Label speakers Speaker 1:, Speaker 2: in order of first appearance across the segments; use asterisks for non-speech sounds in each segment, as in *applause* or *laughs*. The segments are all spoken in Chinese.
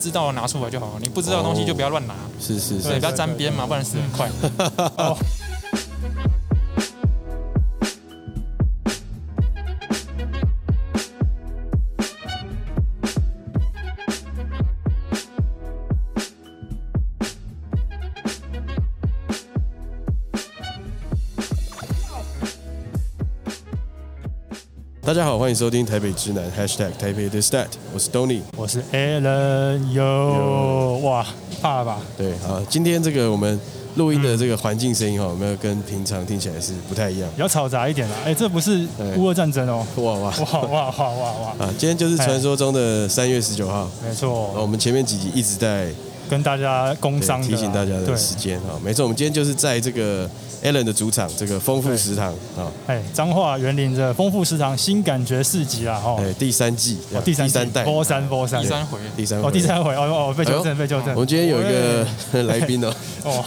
Speaker 1: 知道的拿出来就好了，你不知道的东西就不要乱拿，
Speaker 2: 是是
Speaker 1: 对，
Speaker 2: 是
Speaker 1: 不，要沾边嘛，不然死很快。哦，
Speaker 2: 大家好，欢迎收听台北直男 #hashtag 台北 this that，我是 Tony。
Speaker 3: 我是 Alan 哟，哇，怕了吧？
Speaker 2: 对，好，今天这个我们录音的这个环境声音哈，有没有跟平常听起来是不太一样？
Speaker 3: 比较嘈杂一点啦。哎、这不是乌俄战
Speaker 2: *laughs*
Speaker 3: 争哦、
Speaker 2: 哇哇
Speaker 3: 哇哇哇哇哇！
Speaker 2: 啊！今天就是传说中的三月十九号。
Speaker 3: 没
Speaker 2: 啊，我
Speaker 3: 错，
Speaker 2: 们前面几集一直在
Speaker 3: 跟大家工
Speaker 2: 对
Speaker 3: 商的啊
Speaker 2: 提醒大家的
Speaker 3: 对，
Speaker 2: 时间啊，没错，我们今天就是在这个 Allen 的主场这个丰富食堂啊，
Speaker 3: 哎、彰化园林的丰富食堂新感觉市集啦，哦，
Speaker 2: 哎，第三季，
Speaker 3: 哦第三
Speaker 2: 第三代，
Speaker 3: 波三波三
Speaker 1: 第，三回，
Speaker 2: 第三
Speaker 3: 哦，第
Speaker 2: 回。
Speaker 3: 三回，哦哦，被 *laughs* 纠
Speaker 2: 哎呦
Speaker 3: 正被纠正。
Speaker 2: 我们今天有一个 *laughs* 来宾哦， *laughs*
Speaker 3: 哦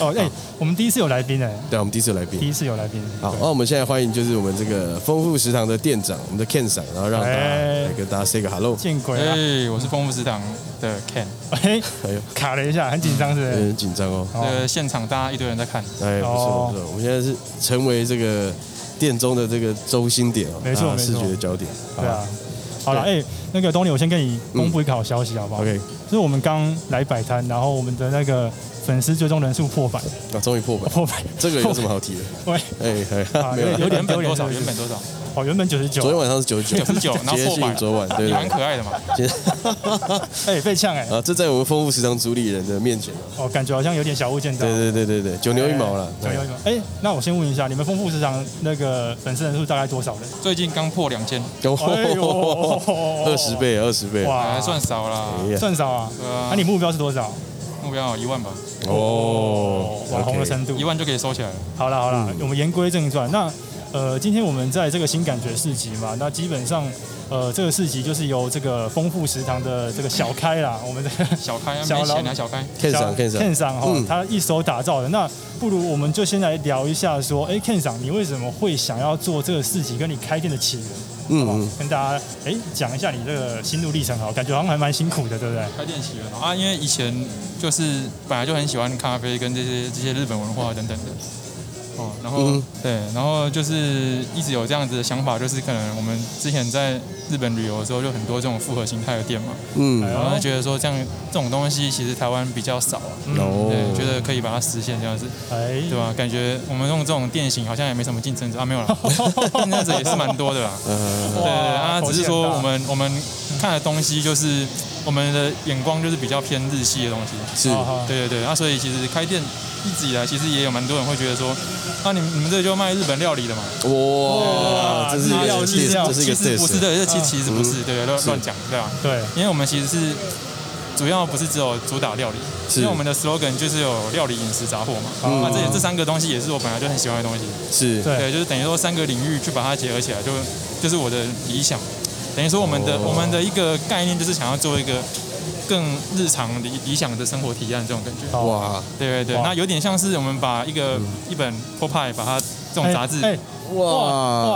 Speaker 3: 哦，哎、我们第一次有来宾哎、
Speaker 2: 对，我们第一次有来宾
Speaker 3: 第。一次有来宾，
Speaker 2: 好，那我们现在欢迎就是我们这个丰富食堂的店长，我们的 Ken 长，然后让大家
Speaker 3: 哎
Speaker 2: 来跟大家 say 个 hello。
Speaker 3: 见鬼
Speaker 1: 哎、
Speaker 3: 啊！
Speaker 1: 我是丰富食堂的 Ken，
Speaker 3: *laughs* 嘿、
Speaker 2: 哎呦，
Speaker 3: 卡了一下，很紧张是不
Speaker 2: 有
Speaker 3: 是？
Speaker 2: 点紧张哦。
Speaker 1: 这
Speaker 3: 哦
Speaker 1: 个现场大家一堆人在看，
Speaker 2: 哎，不错
Speaker 3: 哦
Speaker 2: 不错，我们现在是成为这个店中的这个中心点哦，
Speaker 3: 没错
Speaker 2: 大家视
Speaker 3: 没错
Speaker 2: 觉的焦点。好
Speaker 3: 对
Speaker 2: 吧
Speaker 3: 啊。好了，哎、那个东尼，我先跟你公布一个好消息，好不好？
Speaker 2: ，OK，
Speaker 3: 嗯就是我们刚来摆摊，然后我们的那个粉丝追踪人数 *laughs* 破百，
Speaker 2: 那终于破本，
Speaker 3: 破百，
Speaker 2: 这个有什么好提
Speaker 3: *laughs*
Speaker 2: 的？
Speaker 3: 喂，
Speaker 2: 哎哎，
Speaker 3: 啊
Speaker 2: 没有啦，
Speaker 3: 有点
Speaker 1: 原本
Speaker 3: 丢脸
Speaker 1: 多少？
Speaker 3: 是
Speaker 1: 原
Speaker 3: 不是
Speaker 1: 本多少？
Speaker 3: 哦，原本九十九
Speaker 2: 昨，天晚上是九九 *laughs*
Speaker 1: 99然后
Speaker 2: 接
Speaker 1: 破百
Speaker 2: 近昨晚，
Speaker 1: *laughs*
Speaker 2: 对
Speaker 1: 你蛮
Speaker 2: 对。
Speaker 1: 可爱的嘛，
Speaker 2: 接
Speaker 3: 哎，被呛哎，
Speaker 2: *laughs* 啊，这在我们丰富食堂主理人的面前哦，
Speaker 3: 哦，感觉好像有点小巫见大
Speaker 2: 对，对对对对，九牛一毛了。
Speaker 3: 哎九牛一毛。哎，那我先问一下，你们丰富市场那个粉丝人数大概多少人？
Speaker 1: 最近刚破两千，
Speaker 3: 哎呦
Speaker 2: *laughs* 二十倍，二十倍，
Speaker 3: 哇
Speaker 1: 还算少啦，
Speaker 2: 哎呀
Speaker 3: 算少啊？
Speaker 1: 对啊
Speaker 3: 那你目标是多少？
Speaker 1: 目标啊一万吧，
Speaker 2: 哦
Speaker 3: 网红的
Speaker 2: OK
Speaker 3: 深度
Speaker 1: 一。万就可以收起来了。
Speaker 3: 好了好了
Speaker 2: 嗯，
Speaker 3: 我们言归正传。那呃，今天我们在这个新感觉市集嘛，那基本上呃，这个市集就是由这个丰富食堂的这个小开啦，我们的
Speaker 1: 小开啊，
Speaker 3: 小
Speaker 1: 没
Speaker 3: 老
Speaker 1: 钱啊，小开。
Speaker 2: Ken 赏，Ken 赏，
Speaker 3: Ken 赏哦
Speaker 2: 嗯，
Speaker 3: 他一手打造的。那不如我们就先来聊一下，说，哎，Ken 赏，你为什么会想要做这个事情，跟你开店的起源，好
Speaker 2: 嗯
Speaker 3: 不好
Speaker 2: 嗯，
Speaker 3: 跟大家哎讲一下你这个心路历程，好了，感觉好像还蛮辛苦的，对不对？
Speaker 1: 开店起源哦啊，因为以前就是本来就很喜欢咖啡跟这些这些日本文化等等的，哦，然后、
Speaker 2: 嗯
Speaker 1: 对，然后就是一直有这样子的想法，就是可能我们之前在日本旅游的时候，就很多这种复合形态的店嘛，
Speaker 2: 嗯，
Speaker 3: 哎
Speaker 1: 然后就觉得说这样这种东西其实台湾比较少啊，
Speaker 3: 嗯
Speaker 1: 对，觉
Speaker 2: 哦，
Speaker 1: 得可以把它实现这样子，
Speaker 3: 哎，
Speaker 1: 对吧？感觉我们用这种店型好像也没什么竞争者啊，没有
Speaker 2: *laughs*
Speaker 1: 啦，竞争者也是蛮多的啦。
Speaker 2: 呃，
Speaker 1: 对
Speaker 3: 哇
Speaker 1: 啊，只是说我，
Speaker 3: 口气很大
Speaker 1: 们我们看的东西就是我们的眼光就是比较偏日系的东西。
Speaker 2: 是，
Speaker 3: 好好
Speaker 1: 对对对，啊，所以其实开店一直以来，其实也有蛮多人会觉得说，啊，你们你们这就卖日本料理的嘛？
Speaker 2: 哇，这是一
Speaker 3: 日料
Speaker 2: 个
Speaker 3: 日
Speaker 2: diss，
Speaker 3: 料
Speaker 2: 这是一个
Speaker 1: 其实
Speaker 2: diss，
Speaker 1: 不是的，这其
Speaker 3: 嗯
Speaker 1: 其实不是，对对，乱
Speaker 2: 是
Speaker 1: 乱讲，对啊，
Speaker 3: 对，
Speaker 1: 因为我们其实是主要不是只有主打料理，
Speaker 2: 是
Speaker 1: 因为我们的 slogan 就是有料理、饮食、杂货嘛。
Speaker 3: 嗯
Speaker 1: 那这这三个东西也是我本来就很喜欢的东西，
Speaker 2: 是，
Speaker 3: 对
Speaker 1: 对，就是等于说三个领域去把它结合起来，就就是我的理想。等于说我们的、
Speaker 2: 哦
Speaker 1: 我们的一个概念就是想要做一个更日常理理想的生活体验这种感觉。
Speaker 3: 好，
Speaker 2: 哇
Speaker 1: 对对对，
Speaker 3: 哇
Speaker 1: 那有点像是我们把一个、一本 p o p e 把它这种
Speaker 3: 哎
Speaker 1: 杂志、
Speaker 3: 哎，
Speaker 2: 哇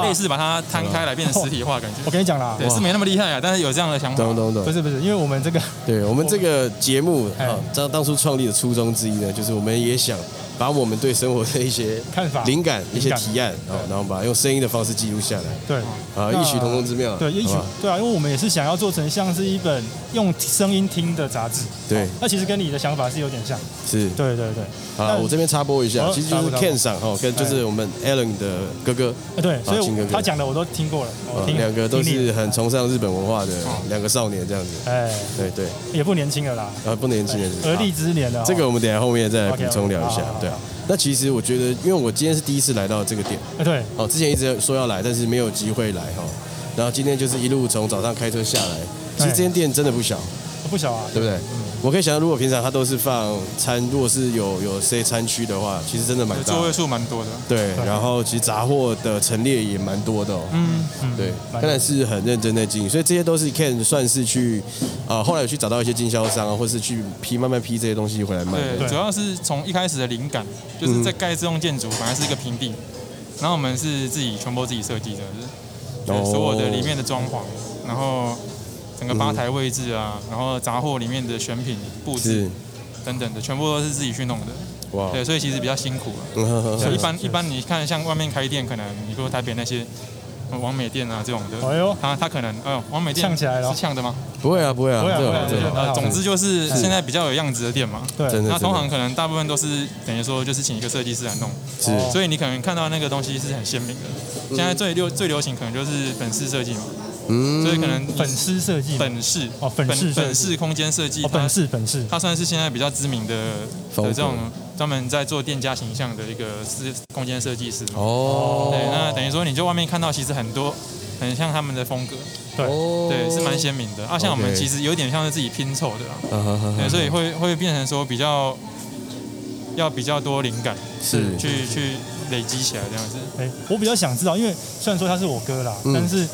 Speaker 3: 哇，
Speaker 1: 类似把它摊开来变成实体化感觉。
Speaker 3: 我跟你讲啦，
Speaker 1: 对，
Speaker 2: 哇
Speaker 1: 是没那么厉害啊，但是有这样的想法。
Speaker 2: 懂懂懂
Speaker 3: 不。是不是，因为我们
Speaker 2: *laughs*
Speaker 3: 这个
Speaker 2: 对我们这个节目
Speaker 3: 哎
Speaker 2: 啊，当当初创立的初衷之一呢，就是我们也想把我们对生活的一些
Speaker 3: 看法
Speaker 2: 灵感、一些
Speaker 3: 灵感
Speaker 2: 提案啊，然后把它用声音的方式记录下来
Speaker 3: 对。
Speaker 2: 啊，
Speaker 3: 那
Speaker 2: 异曲同工之妙啊。
Speaker 3: 对，一曲
Speaker 2: 好吧
Speaker 3: 对啊，因为我们也是想要做成像是一本用声音听的杂志，
Speaker 2: 对
Speaker 3: 那其实跟你的想法是有点像，
Speaker 2: 是
Speaker 3: 对对对，
Speaker 2: 啊，
Speaker 3: 但
Speaker 2: 我这边插播一下，
Speaker 3: 哦
Speaker 2: 其实就是
Speaker 3: 插播插播
Speaker 2: Ken 赏哈，跟就是我们 Alan 的哥哥，啊
Speaker 3: 呃哎对，所以
Speaker 2: 亲哥哥
Speaker 3: 我他讲的我都听过了，我
Speaker 2: 啊
Speaker 3: 听
Speaker 2: 两个都
Speaker 3: 听你
Speaker 2: 是
Speaker 3: 的哦
Speaker 2: 很崇尚日本文化的两个少年这样子。
Speaker 3: 哎，
Speaker 2: 对对，
Speaker 3: 也不年轻了啦，
Speaker 2: 啊，不年轻人
Speaker 3: 而
Speaker 2: 好
Speaker 3: 立之年了哦，
Speaker 2: 这个我们等一下后面再来补
Speaker 3: OK，OK，
Speaker 2: 充聊一下
Speaker 3: 好好，好
Speaker 2: 对啊。那其实我觉得，因为我今天是第一次来到这个店，
Speaker 3: 哎对，
Speaker 2: 哦，之前一直说要来，但是没有机会来哈。然后今天就是一路从早上开车下来，其实
Speaker 3: 对
Speaker 2: 这间店真的不小，
Speaker 3: 不小啊，
Speaker 2: 对不对？我可以想象，如果平常它都是放餐，如果是有有 C 餐区的话，其实真的蛮
Speaker 1: 对
Speaker 2: 大
Speaker 1: 座
Speaker 2: 的。
Speaker 1: 位数蛮多的。
Speaker 2: 对，然后其实杂货的陈列也蛮多的哦。
Speaker 1: 嗯，
Speaker 2: 对，
Speaker 3: 蛮多
Speaker 2: 看来是很认真在经营，所以这些都是 Ken 算是去，啊，后来有去找到一些经销商啊，或是去批慢慢批这些东西回来卖的。
Speaker 1: 对，
Speaker 3: 对嗯
Speaker 1: 主要是从一开始的灵感，就是在盖这栋建筑本来是一个平地，然后我们是自己全部自己设计的，就是
Speaker 2: 哦
Speaker 1: 所有的里面的装潢，然后整个吧台位置啊，
Speaker 3: 嗯
Speaker 1: 然后杂货里面的选品布置
Speaker 2: 是
Speaker 1: 等等的，全部都是自己去弄的。
Speaker 3: 哦
Speaker 2: 哇，
Speaker 1: 对，所以其实比较辛苦了。
Speaker 2: 嗯呵呵
Speaker 1: 所以一
Speaker 2: 呵
Speaker 1: 般一般你看像外面开店，可能你说台北那些呃王美店啊这种的，
Speaker 3: 哎呦，
Speaker 1: 他他可能呃王美店
Speaker 3: 呛起来了
Speaker 1: 是呛的吗？
Speaker 2: *laughs* 不会啊，不会啊，
Speaker 3: 不会啊
Speaker 2: 这种
Speaker 3: 不会啊
Speaker 2: 这
Speaker 3: 对
Speaker 2: 种
Speaker 3: 还
Speaker 1: 呃，
Speaker 3: 好
Speaker 1: 总之就是现在比较有样子的店嘛。
Speaker 3: 对，
Speaker 2: 真的
Speaker 1: 那
Speaker 2: 真
Speaker 1: 通常
Speaker 2: 的
Speaker 1: 可能大部分都是等于说就是请一个设计师来弄，
Speaker 2: 是
Speaker 1: 所以你可能看到那个东西是很鲜明的。现在最流最流行可能就是粉饰设计嘛，
Speaker 2: 嗯，
Speaker 1: 所以可能
Speaker 3: 粉丝设计嘛，
Speaker 1: 粉饰
Speaker 3: 哦粉饰设计
Speaker 1: 粉饰空间设计
Speaker 3: 哦，，
Speaker 1: 它
Speaker 3: 本事本事，
Speaker 1: 它算是现在比较知名的
Speaker 2: 风格
Speaker 1: 的这种专门在做店家形象的一个是空间设计师嘛。
Speaker 2: 哦
Speaker 1: 对，那等于说你就外面看到其实很多很像他们的风格，
Speaker 3: 对
Speaker 2: 哦
Speaker 1: 对，是
Speaker 2: *laughs*
Speaker 1: 蛮鲜明的。啊，像我们
Speaker 2: OK
Speaker 1: 其实有点像是自己拼凑的啦，
Speaker 2: 啊哈哈
Speaker 1: 对，
Speaker 2: 哈，
Speaker 1: 所以会会变成说比较要比较多灵感
Speaker 2: 是
Speaker 1: 去去累积起来这样子。
Speaker 3: 哎，我比较想知道，因为虽然说他是我哥啦，
Speaker 2: 嗯
Speaker 3: 但是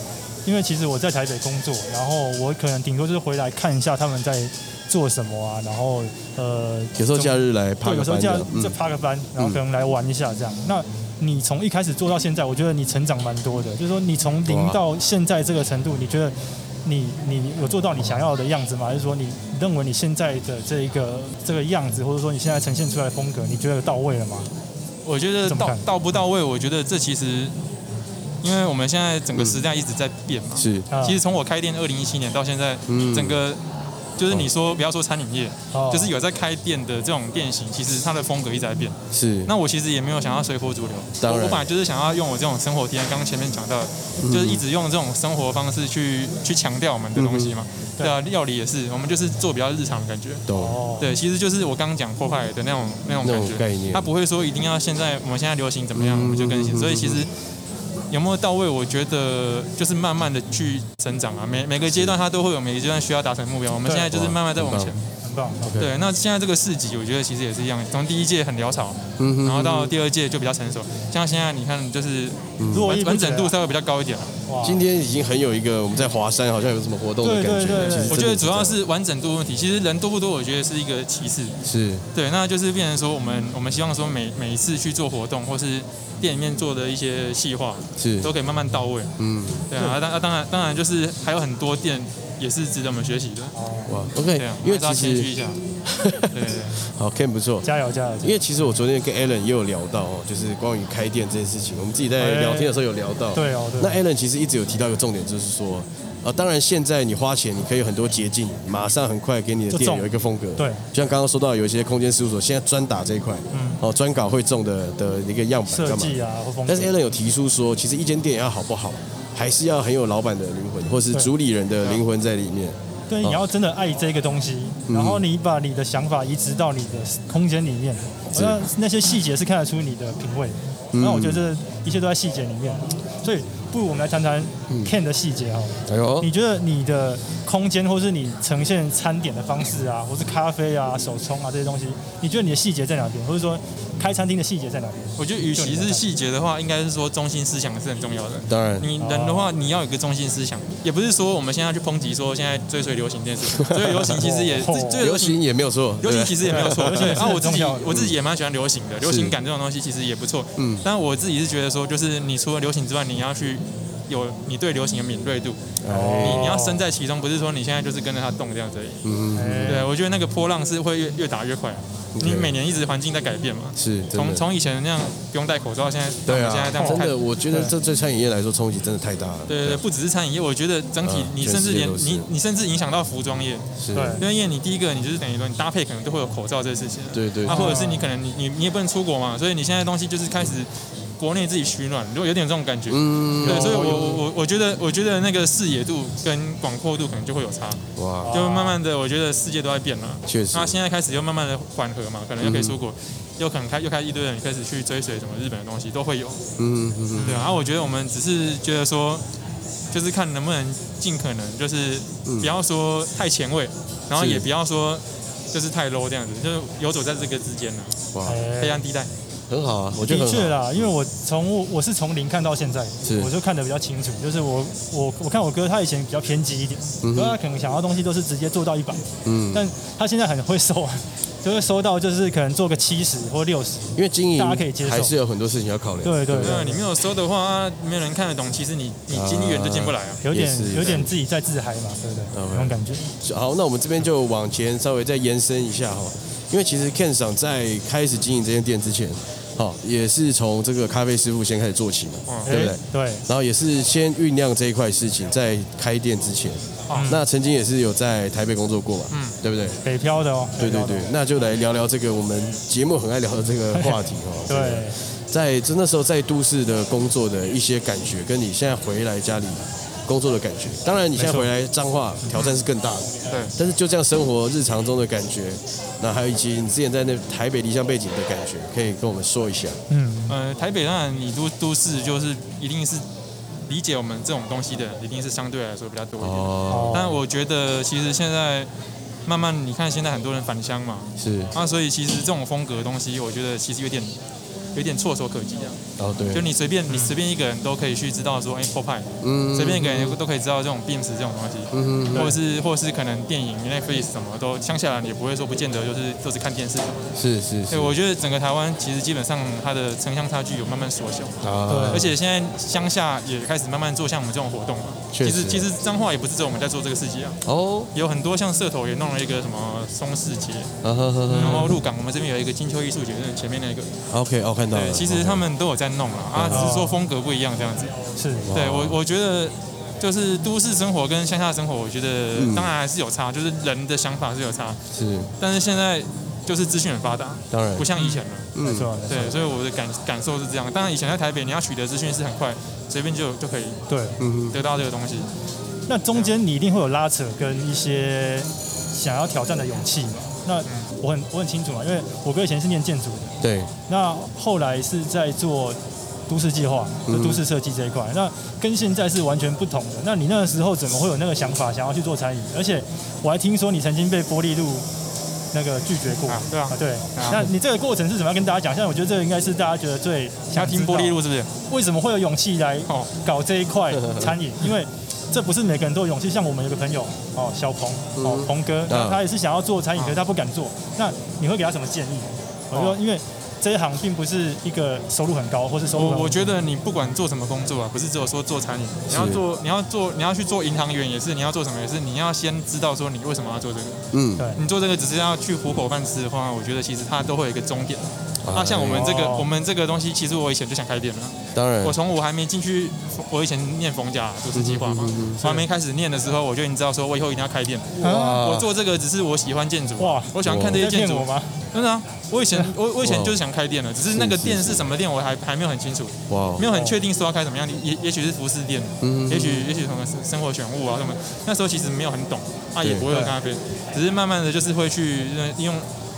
Speaker 3: 因为其实我在台北工作，然后我可能顶多就是回来看一下他们在做什么啊，然后呃，
Speaker 2: 有时候
Speaker 3: 怎么
Speaker 2: 假日来
Speaker 3: 对，
Speaker 2: 爬
Speaker 3: 有
Speaker 2: 个
Speaker 3: 时候
Speaker 2: 班
Speaker 3: 这样
Speaker 2: 的，
Speaker 3: 再
Speaker 2: 嗯，
Speaker 3: 趴个班，然后可能来玩一下这样。那你从一开始做到现在，我觉得你成长蛮多的。就是说，你从零
Speaker 2: 哇
Speaker 3: 到现在这个程度，你觉得你你有做到你想要的样子吗？还是说你你认为你现在的这一个这个样子，或者说你现在呈现出来的风格，你觉得到位了吗？
Speaker 1: 我觉得
Speaker 3: 怎么
Speaker 1: 到
Speaker 3: 看
Speaker 1: 到不到位，我觉得这其实因为我们现在整个时代一直在变嘛。
Speaker 2: 是
Speaker 3: 啊
Speaker 1: 其实从我开店二零一七年到现在，
Speaker 2: 嗯
Speaker 1: 整个就是你说不要说餐饮业，
Speaker 3: 哦
Speaker 1: 就是有在开店的这种店型，其实它的风格一直在变。
Speaker 2: 是，
Speaker 1: 那我其实也没有想要随波逐流，
Speaker 2: 当
Speaker 1: 我
Speaker 2: 然嗯
Speaker 1: 我本来就是想要用我这种生活体验，刚刚前面讲到的，就是一直用这种生活方式去去强调我们的东西
Speaker 2: 嗯
Speaker 1: 嘛。对啊，料理也是，我们就是做比较日常的感觉。
Speaker 2: 懂
Speaker 3: 哦，
Speaker 1: 对，其实就是我刚刚讲破坏的那种那种
Speaker 2: 那
Speaker 1: 感
Speaker 2: 种
Speaker 1: 觉，
Speaker 2: 概念嗯
Speaker 1: 它不会说一定要现在我们现在流行怎么样，我们就更新。所以其实有没有到位，我觉得就是慢慢的去成长啊。每每个阶段它都会有每个阶段需要达成的目标，我们
Speaker 3: 对
Speaker 1: 现在就是慢慢在往前
Speaker 2: 哇。
Speaker 3: 很棒。很棒
Speaker 2: 对
Speaker 1: 对，那现在这个市集，我觉得其实也是一样，从第一届很潦草，
Speaker 2: 嗯哼
Speaker 1: 然后到第二届就比较成熟。像现在你看，就是
Speaker 2: 嗯
Speaker 3: 络
Speaker 1: 完
Speaker 3: 绎不
Speaker 1: 完
Speaker 3: 绝啊
Speaker 1: 整度稍微比较高一点了。
Speaker 3: 哇
Speaker 2: 今天已经很有一个我们在华山好像有什么活动的感
Speaker 3: 对
Speaker 2: 觉
Speaker 3: 对对
Speaker 2: 了，其实真的
Speaker 1: 我觉得主要
Speaker 2: 这样
Speaker 1: 是完整度问题，其实人多不多，我觉得是一个其次。
Speaker 2: 是
Speaker 1: 对，那就是变成说，我们我们希望说每每一次去做活动，或是店里面做的一些细化，
Speaker 2: 是
Speaker 1: 都可以慢慢到位。
Speaker 2: 嗯
Speaker 1: 对啊，啊当啊当然当然就是还有很多店也是值得我们学习的。
Speaker 2: 哇 OK，
Speaker 1: 对啊，
Speaker 2: 因为
Speaker 1: 我们还
Speaker 2: 其
Speaker 1: 是要谦虚一
Speaker 2: 实
Speaker 1: 下。对对对。
Speaker 2: *laughs* 好 Ken 不错，
Speaker 3: 加油加油！加
Speaker 2: 因
Speaker 3: 油
Speaker 2: 为其实我昨天跟 Alan 也有聊到哦，就是关于开店这件事情，我们自己在聊天的时候有聊到。
Speaker 3: 哎对哦对
Speaker 2: 那 Alan 其实一直有提到一个重点，就是说，呃，当然现在你花钱，你可以有很多捷径，马上很快给你的
Speaker 3: 就
Speaker 2: 店
Speaker 3: 中
Speaker 2: 有一个风格。
Speaker 3: 对
Speaker 2: 就像刚刚说到，有一些空间事务所现在专打这一块，
Speaker 3: 嗯
Speaker 2: 哦，专搞会中的的一个样板
Speaker 3: 设
Speaker 2: 干嘛？
Speaker 3: 计啊，或风格
Speaker 2: 但是 Alan 有提出说，其实一间店要好不好，还是要很有老板的灵魂，或是
Speaker 3: 对
Speaker 2: 主理人的灵魂在里面。
Speaker 3: 对，你
Speaker 2: 哦
Speaker 3: 要真的爱这个东西，
Speaker 2: 嗯
Speaker 3: 然后你把你的想法移植到你的空间里面，
Speaker 2: 是嗯
Speaker 3: 那那些细节是看得出你的品味。那我觉得这一切都在细节里面，所以不如我们来谈谈
Speaker 2: 嗯
Speaker 3: Ken 的细节好了。
Speaker 2: 哎呦
Speaker 3: 你，觉得你的空间，或是你呈现餐点的方式啊，或是咖啡啊、手冲啊这些东西，你觉得你的细节在哪边，或者说开餐厅的细节在哪边？
Speaker 1: 我觉得，与其是细节的话，应该是说中心思想是很重要的。
Speaker 2: 当然
Speaker 1: 你人的
Speaker 3: 哦
Speaker 1: 话，你要有一个中心思想，也不是说我们现在去抨击说现在追随流行这件
Speaker 3: *laughs*
Speaker 1: 事，追随流行其实也
Speaker 3: 哦
Speaker 1: 追
Speaker 2: 流行也没有错，
Speaker 1: 流行其实也没有错，
Speaker 3: 对
Speaker 1: 而且
Speaker 3: 流行也是
Speaker 1: 啊，我
Speaker 3: 很
Speaker 1: 自
Speaker 3: 重
Speaker 1: 己
Speaker 3: 要的
Speaker 1: 我自己也蛮喜欢流行的，流行感这种东西其实也不错。
Speaker 2: 嗯
Speaker 1: 嗯，但我自己是觉得说，就是你除了流行之外，你要去有你对流行的敏锐度，
Speaker 2: 哎
Speaker 1: 你你要身在其中，不是说你现在就是跟着它动这样子而已。
Speaker 2: 嗯，
Speaker 1: 对，啊我觉得那个波浪是会越越打越快，啊你每年一直环境在改变嘛。
Speaker 2: 是真的
Speaker 1: 从从以前那样不用戴口罩，现在到我
Speaker 2: 对
Speaker 1: 们现在
Speaker 2: 啊，
Speaker 1: 这样
Speaker 2: 真
Speaker 1: 看
Speaker 3: 哦
Speaker 2: 的，我觉得这对餐饮业来说冲击真的太大了。
Speaker 1: 对对对，不只是餐饮业，我觉得整体
Speaker 2: 嗯
Speaker 1: 你
Speaker 2: 全
Speaker 1: 甚至
Speaker 2: 世界
Speaker 1: 连
Speaker 2: 都是
Speaker 1: 你你甚至影响到服装业，
Speaker 2: 是，
Speaker 3: 对
Speaker 1: 因为你第一个你就是等于说你搭配可能都会有口罩这个事情，
Speaker 2: 对对
Speaker 1: 那
Speaker 2: 对
Speaker 1: 或者是你可能你你你也不能出国嘛，所以你现在东西就是开始国内自己取暖，如果有点这种感觉，
Speaker 2: 嗯，
Speaker 1: 对，所以我
Speaker 3: 有有
Speaker 1: 我我我觉得我觉得那个视野度跟广阔度可能就会有差，
Speaker 2: 哇，
Speaker 1: 就慢慢的我觉得世界都在变了，
Speaker 2: 啊确实
Speaker 3: 啊
Speaker 2: 嗯
Speaker 1: 那现在开始又慢慢的缓和嘛，可能又可以出国，又可能开又开始一堆人开始去追随什么日本的东西都会有，
Speaker 2: 嗯嗯嗯，
Speaker 1: 对啊，然后我觉得我们只是觉得说，就是看能不能尽可能，就是不要说太前卫，然后
Speaker 2: 嗯是
Speaker 1: 也不要说就是太 low 这样子，就是游走在这个之间呢、啊
Speaker 2: 嗯哇，
Speaker 1: 黑暗地带。
Speaker 2: 很好啊，我觉得
Speaker 3: 哎的
Speaker 2: 很
Speaker 3: 确
Speaker 2: 好，
Speaker 3: 啦，因为我从我我是从零看到现在
Speaker 2: 是，
Speaker 3: 我就看得比较清楚。就是我我我看我哥他以前比较偏激一点，
Speaker 2: 嗯哼
Speaker 3: 他可能想要东西都是直接做到一百，
Speaker 2: 嗯，
Speaker 3: 但他现在很会收，啊 *laughs* 就会收到就是可能做个七十或六十，
Speaker 2: 因为经
Speaker 3: 大家可以接
Speaker 2: 营
Speaker 3: 受
Speaker 2: 还是有很多事情要考量。
Speaker 3: 对对
Speaker 1: 对啊，你没有收的话，啊没有人看得懂，其实你你
Speaker 2: 啊
Speaker 1: 金源就进不来啊。
Speaker 3: 有
Speaker 2: 也是啊
Speaker 3: 点有点自己在自嗨嘛，对不对？
Speaker 2: OK
Speaker 3: 那种感觉。
Speaker 2: 好，那我们这边就往前稍微再延伸一下哈，因为其实 Ken 赏在开始经营这间店之前，好也是从这个咖啡师傅先开始做起嘛，
Speaker 1: 嗯
Speaker 2: 对不对
Speaker 3: 哎？对，
Speaker 2: 然后也是先酝酿这一块事情，在开店之前，
Speaker 3: 哦
Speaker 1: 嗯
Speaker 2: 那曾经也是有在台北工作过嘛，
Speaker 1: 嗯
Speaker 2: 对不对？
Speaker 3: 北漂的哦。
Speaker 2: 对对对
Speaker 3: 北，
Speaker 2: 那就来聊聊这个我们节目很爱聊的这个话题哦。
Speaker 1: *laughs*
Speaker 3: 漂的，对。
Speaker 2: 在就那时候在都市的工作的一些感觉，跟你现在回来家里工作的感觉。当然，你现在
Speaker 3: 没错
Speaker 2: 回来彰化挑战是更大的，
Speaker 1: 对
Speaker 2: 但是就这样生活日常中的感觉，那还有以及你之前在那台北离乡背景的感觉，可以跟我们说一下。
Speaker 3: 嗯，
Speaker 1: 呃，台北当然你都都市就是一定是理解我们这种东西的，一定是相对来说比较多一点。
Speaker 2: 哦，
Speaker 1: 但我觉得其实现在慢慢你看，现在很多人返乡嘛，
Speaker 2: 是，
Speaker 1: 啊，所以其实这种风格的东西，我觉得其实有点有点措手可及啊。
Speaker 2: 哦对，
Speaker 1: 就你随便你随便一个人都可以去知道说，哎 p o p e
Speaker 2: 嗯
Speaker 1: 随便一个人都可以知道这种 Beams 这种东西，
Speaker 2: 嗯哼
Speaker 1: 或者是或者是可能电影 Netflix 什么都，乡下人也不会说不见得就是都是看电视什么的。
Speaker 2: 是是是
Speaker 1: 对，，我觉得整个台湾其实基本上它的城乡差距有慢慢缩小，
Speaker 2: 啊
Speaker 1: 而且现在乡下也开始慢慢做像我们这种活动了。
Speaker 2: 确
Speaker 1: 其
Speaker 2: 实
Speaker 1: 实其实彰化也不是只有我们在做这个事情啊，
Speaker 2: 哦，
Speaker 1: 有很多像社头也弄了一个什么松市节，
Speaker 2: 啊哈哈
Speaker 1: 然
Speaker 2: 哈
Speaker 1: 后鹿港我们这边有一个金秋艺术节，就是前面那个。
Speaker 2: ，OK，哦看到了
Speaker 1: 对，，其实他们都有在弄了啊，只是说风格不一样这样子。
Speaker 3: 是，
Speaker 2: 哇
Speaker 1: 对我，我觉得就是都市生活跟乡下生活，我觉得
Speaker 2: 嗯
Speaker 1: 当然还是有差，就是人的想法是有差，
Speaker 2: 是
Speaker 1: 但是现在就是资讯很发达，
Speaker 2: 当然
Speaker 1: 不，像以前了。
Speaker 3: 没
Speaker 2: 嗯
Speaker 3: 错，没错
Speaker 1: 对，所以我的感感受是这样。当然，以前在台北，你要取得资讯是很快，随便就就可以
Speaker 3: 对。
Speaker 2: 嗯哼
Speaker 1: 得到这个东西。
Speaker 3: 那中间你一定会有拉扯跟一些想要挑战的勇气嘛？那我很我很清楚嘛，因为我哥以前是念建筑的，
Speaker 2: 对，
Speaker 3: 那后来是在做都市计划，就
Speaker 2: 嗯
Speaker 3: 都市设计这一块，那跟现在是完全不同的。那你那个时候怎么会有那个想法，想要去做餐饮？而且我还听说你曾经被玻璃路那个拒绝过，
Speaker 1: 啊对啊
Speaker 3: 对。
Speaker 1: 啊
Speaker 3: 那你这个过程是怎么样跟大家讲？现在我觉得这个应该是大家觉得最
Speaker 1: 要
Speaker 3: 想
Speaker 1: 听
Speaker 3: 知道
Speaker 1: 玻璃路是不是？
Speaker 3: 为什么会有勇
Speaker 1: *laughs*
Speaker 3: 气来
Speaker 1: 哦，
Speaker 3: 搞这一块餐饮，因为这不是每个人都有勇气。像我们有个朋友哦，小鹏哦
Speaker 2: 嗯，
Speaker 3: 鹏哥，
Speaker 2: 嗯
Speaker 3: 那他也是想要做餐饮，可
Speaker 1: 嗯
Speaker 3: 是他不敢做。那你会给他什么建议？
Speaker 1: 哦
Speaker 3: 我就说，因为这一行并不是一个收入很高，或是收入
Speaker 1: 我
Speaker 3: 很
Speaker 1: 我觉得你不管做什么工作啊，不是只有说做餐饮，你要
Speaker 2: 是
Speaker 1: 做你要做你要去做银行员也是，你要做什么也是，你要先知道说你为什么要做这个。
Speaker 2: 嗯，
Speaker 3: 对
Speaker 1: 你做这个只是要去糊口饭吃的话，我觉得其实它都会有一个终点。啊
Speaker 2: 哎
Speaker 1: 那、像我们这个、
Speaker 3: 哦
Speaker 1: 我们这个东西，其实我以前就想开店了。
Speaker 2: 当然
Speaker 1: 我，从我还没进去，我以前念逢甲都市计划
Speaker 2: 嗯
Speaker 1: 嘛，我还没开始念的时候，我就已经知道说我以后一定要开店。
Speaker 3: 啊
Speaker 1: 我做这个只是我喜欢建筑
Speaker 3: 哇，
Speaker 1: 我喜欢看这
Speaker 3: 你
Speaker 1: 些
Speaker 3: 在
Speaker 1: 建
Speaker 3: 骗
Speaker 1: 筑
Speaker 3: 我。吗？
Speaker 1: 真的啊，我以前我我以前
Speaker 2: 哇
Speaker 1: 就是想开店的，只是那个
Speaker 2: 是
Speaker 1: 店
Speaker 2: 是
Speaker 1: 是什么店，我还还没有很清楚，
Speaker 2: 哇
Speaker 1: 没有很确定说要开什么样的，也也许是服饰店，
Speaker 2: 哦嗯
Speaker 1: 也许也许什么生生活选物啊什么，那时候其实没有很懂，啊
Speaker 2: 对
Speaker 1: 也不会喝咖啡，只是慢慢的就是会去呃用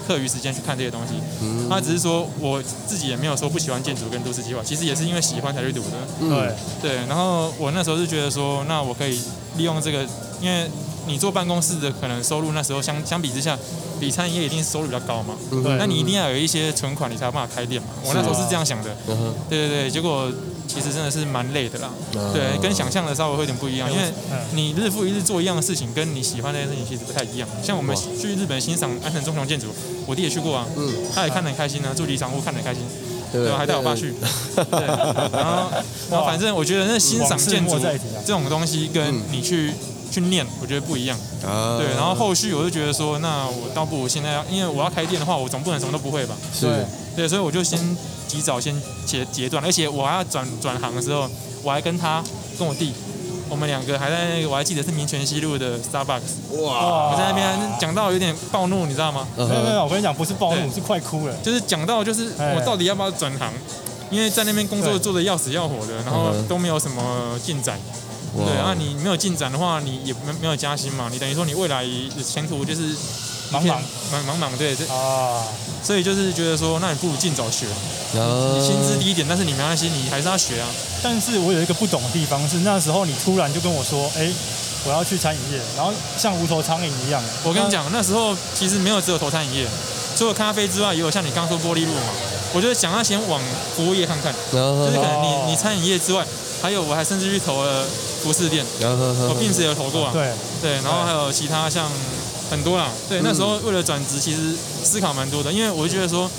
Speaker 1: 课余时间去看这些东西。
Speaker 2: 嗯
Speaker 1: 啊，只是说我自己也没有说不喜欢建筑跟都市计划，其实也是因为喜欢才去读的。
Speaker 2: 嗯
Speaker 3: 对，
Speaker 1: 对，然后我那时候是觉得说，那我可以利用这个，因为你做办公室的可能收入那时候相相比之下，比餐饮业一定是收入比较高
Speaker 2: 嗯
Speaker 1: 嘛。
Speaker 3: 对
Speaker 1: 那你一定要有一些存款，你才有办法开店嘛。我那时候是这样想的，
Speaker 2: 嗯哼
Speaker 1: 对对对，结果其实真的是蛮累的啦，
Speaker 2: 嗯
Speaker 1: 对，跟想象的稍微会有点不一样，因为
Speaker 3: 啊嗯
Speaker 1: 你日复一日做一样的事情，跟你喜欢的事情其实不太一样。像我们
Speaker 2: 哇
Speaker 3: 嗯
Speaker 1: 去日本欣赏安藤忠雄建筑，我弟也去过啊，
Speaker 2: 嗯
Speaker 1: 他也看得很开心啊，住离场屋看得很开心，
Speaker 2: 对
Speaker 1: 对
Speaker 2: 不对，
Speaker 1: 吧，还带我爸去，对，然后然后
Speaker 3: 哇
Speaker 1: 反正我觉得那欣赏建筑
Speaker 3: 往事莫再提啊嗯
Speaker 1: 这种东西，跟你去。去念，我觉得不一样，
Speaker 2: 啊，
Speaker 1: 对。然后后续我就觉得说，那我倒不如现在要，因为我要开店的话，我总不能什么都不会吧？
Speaker 2: 是
Speaker 3: 对
Speaker 1: 对，所以我就先及早先截截断，而且我还要转转行的时候，我还跟他跟我弟，我们两个还在那个，我还记得是民权西路的 Starbucks，
Speaker 2: 哇，
Speaker 3: 哇
Speaker 1: 我在那边讲到有点暴怒，你知道吗？
Speaker 2: 嗯
Speaker 3: 啊没有没
Speaker 2: 哼
Speaker 3: 有，我跟你讲，不是暴怒，
Speaker 1: 对
Speaker 3: 是快哭了。
Speaker 1: 就是讲到就是
Speaker 3: 哎
Speaker 1: 我到底要不要转行，因为在那边工作
Speaker 3: 对
Speaker 1: 做的要死要活的，然后
Speaker 2: 嗯哼
Speaker 1: 都没有什么进展。
Speaker 2: 哇
Speaker 1: 对，啊，你没有进展的话，你也没没有加薪嘛，你等于说你未来的前途就是一
Speaker 3: 茫
Speaker 1: 片
Speaker 3: 茫
Speaker 1: 茫茫茫，对，这
Speaker 3: 啊，
Speaker 1: 所以就是觉得说，那你不如尽早学，
Speaker 2: 啊
Speaker 3: 呃
Speaker 1: 你薪资低一点，但是你没关系，你还是要学啊。
Speaker 3: 但是我有一个不懂的地方是，那时候你突然就跟我说，哎，我要去餐饮业，然后像无头苍蝇一样。
Speaker 1: 我跟你，讲，那时候其实没有只有投餐饮业，除了咖啡之外，也有像你刚说玻璃路嘛。我就想要先往服务业看看，就是可能
Speaker 3: 哦
Speaker 1: 你你餐饮业之外，还有我还甚至去投了服饰店，
Speaker 2: 然后
Speaker 1: 我并且有投过啊。
Speaker 3: 嗯对，嗯
Speaker 1: 对，然后还有其他像很多啦。对，那时候为了转职，其实思考蛮多的，因为我就觉得说，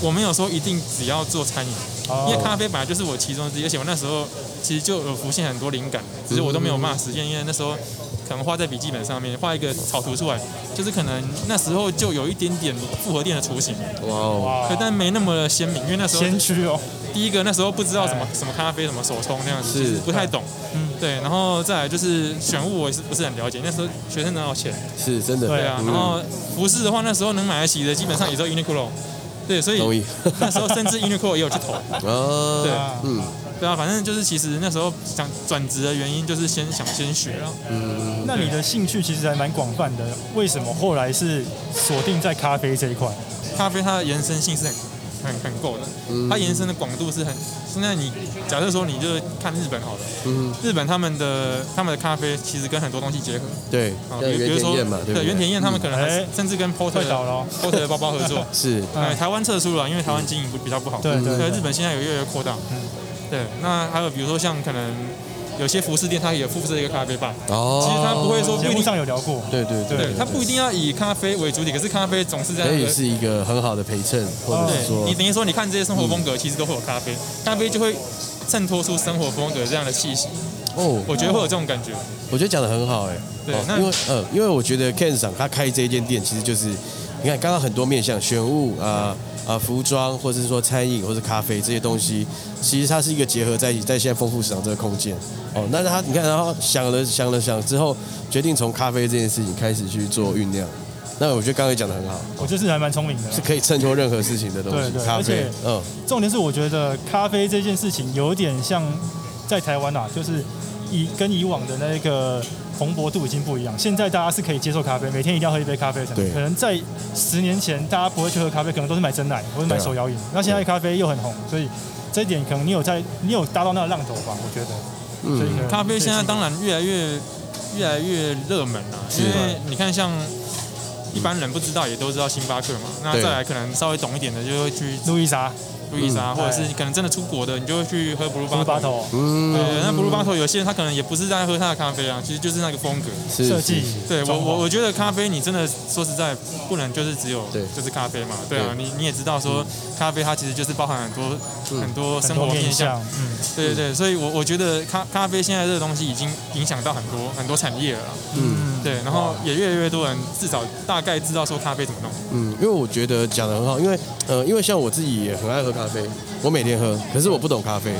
Speaker 1: 我没有说一定只要做餐饮，因
Speaker 2: 哦
Speaker 1: 为咖啡本来就是我其中之一，而且我那时候其实就有浮现很多灵感，只是我都没有办法实
Speaker 2: 嗯
Speaker 1: 现，因为那时候可能画在笔记本上面，画一个草图出来，就是可能那时候就有一点点复合店的雏形，
Speaker 2: 哇哦，
Speaker 3: 哇
Speaker 1: 可但没那么鲜明，因为那时候
Speaker 3: 先驱啊哦，
Speaker 1: 第一个那时候不知道什么什么咖啡什么手冲那样子，
Speaker 2: 哎是
Speaker 1: 其实不太懂，
Speaker 3: 嗯
Speaker 1: 对，然后再来就是选物我也是不是很了解，那时候学生哪有钱，
Speaker 2: 是真的，
Speaker 3: 对
Speaker 1: 对啊，
Speaker 2: 嗯
Speaker 1: 然后服饰的话那时候能买得起的基本上也都 Uniqlo，对，所
Speaker 2: 同
Speaker 1: 以 *laughs*
Speaker 2: 意
Speaker 1: 那时候甚至 Uniqlo 也有去投，
Speaker 2: 啊，
Speaker 1: 对
Speaker 3: 啊
Speaker 2: 嗯，
Speaker 1: 对啊，反正就是其实那时候想转职的原因就是先想先学啊，
Speaker 3: 那你的兴趣其实还蛮广泛的，为什么后来是锁定在咖啡这一块？
Speaker 1: 咖啡它的延伸性是很很很够的，
Speaker 2: 嗯
Speaker 1: 它延伸的广度是很。现在你假设说你就看日本好了，
Speaker 2: 嗯
Speaker 1: 日本他们的他们的咖啡其实跟很多东西结合，
Speaker 2: 对，
Speaker 1: 啊，
Speaker 2: 像
Speaker 1: 比如比
Speaker 2: 原
Speaker 1: 如
Speaker 2: 田
Speaker 1: 说
Speaker 2: 燕嘛，对不对？。
Speaker 1: 原田燕他们可能还是
Speaker 3: 哎
Speaker 1: 甚至跟 Porter
Speaker 3: 快倒了哦嗯
Speaker 1: Porter 的包包合
Speaker 3: *laughs*
Speaker 1: 作
Speaker 2: 是
Speaker 1: 哎，台湾撤出了，因为台湾经营比较不好。
Speaker 3: 对嗯对
Speaker 2: 嗯
Speaker 3: 对
Speaker 1: 日本现在有越来越扩大。对，那还有比如说像可能有些服饰店，它也附设一个咖啡吧。
Speaker 2: 哦，
Speaker 1: 其实他不会说
Speaker 3: 节目上有聊过，
Speaker 2: 对对对
Speaker 1: 对，它不一定要以咖啡为主体，可是咖啡总是在
Speaker 2: 可
Speaker 1: 那
Speaker 2: 以
Speaker 1: 个
Speaker 2: 是一个很好的陪衬，或者是
Speaker 1: 对
Speaker 2: 说嗯
Speaker 1: 你等于说，你看这些生活风格，其实都会有咖啡，咖啡就会衬托出生活风格这样的气息。
Speaker 2: 哦，
Speaker 1: 我觉得会有这种感觉。
Speaker 2: 我觉得讲的很好哎、
Speaker 1: 对
Speaker 2: 哦
Speaker 1: 那
Speaker 2: 因为呃，因为我觉得 Ken 赏他开这间店，其实就是你看刚刚很多面向选物啊啊、服装，或者是说餐饮，或者咖啡这些东西，其实它是一个结合在一起，在现在丰富市场这个空间哦。那他你看，然后想了想了想之后，决定从咖啡这件事情开始去做酝酿。那我觉得刚才讲的很好，
Speaker 3: 我就是还蛮聪明的
Speaker 2: 是。可以衬托任何事情的东西，
Speaker 3: 对对
Speaker 2: 咖
Speaker 3: 而
Speaker 2: 啡
Speaker 3: 且，
Speaker 2: 嗯，
Speaker 3: 重点是我觉得咖啡这件事情有点像在台湾啊，就是以跟以往的那个蓬勃度已经不一样。现在大家是可以接受咖啡，每天一定要喝一杯咖啡才能
Speaker 2: 对
Speaker 3: 可能在十年前大家不会去喝咖啡，可能都是买真奶或者买手摇饮。那现在咖啡又很红，所以这一点可能你有在，你有搭到那个浪头吧？我觉得。
Speaker 2: 嗯
Speaker 3: 所以可能
Speaker 1: 嗯咖啡现在
Speaker 3: 这也是
Speaker 1: 当然越来越越来越热门了、因为你看像。一般人不知道，也都知道星巴克嘛。那
Speaker 2: 对
Speaker 1: 再来，可能稍微懂一点的，就会去
Speaker 3: 路易莎、
Speaker 1: 路易莎，
Speaker 3: 嗯
Speaker 1: 或者是可能真的出国的，你就会去喝 Blue
Speaker 3: 巴
Speaker 1: Bottle。
Speaker 3: 头
Speaker 2: 嗯，
Speaker 1: 对，那 Blue Bottle 有些人他可能也不是在喝他的咖啡啊，其实就是那个风格。
Speaker 2: 是
Speaker 3: 设
Speaker 2: 是
Speaker 3: 计
Speaker 2: 是，
Speaker 1: 对我
Speaker 3: 装潢
Speaker 1: 我我觉得咖啡你真的说实在不能就是只有
Speaker 2: 对
Speaker 1: 就是咖啡嘛，对啊
Speaker 2: 对，嗯
Speaker 1: 你你也知道说咖啡它其实就是包含很多、很多
Speaker 3: 很
Speaker 1: 生
Speaker 3: 多
Speaker 1: 活
Speaker 3: 面
Speaker 1: 面向，
Speaker 3: 向，嗯，
Speaker 1: 对对对，所以我我觉得咖咖啡现在这个东西已经影响到很多很多产业了啦，啊
Speaker 2: 嗯
Speaker 1: 对，然后也越来越多人至少大概知道说咖啡怎么弄，
Speaker 2: 嗯，因为我觉得讲的很好，因为呃，因为像我自己也很爱喝咖啡，我每天喝，可是我不懂咖啡，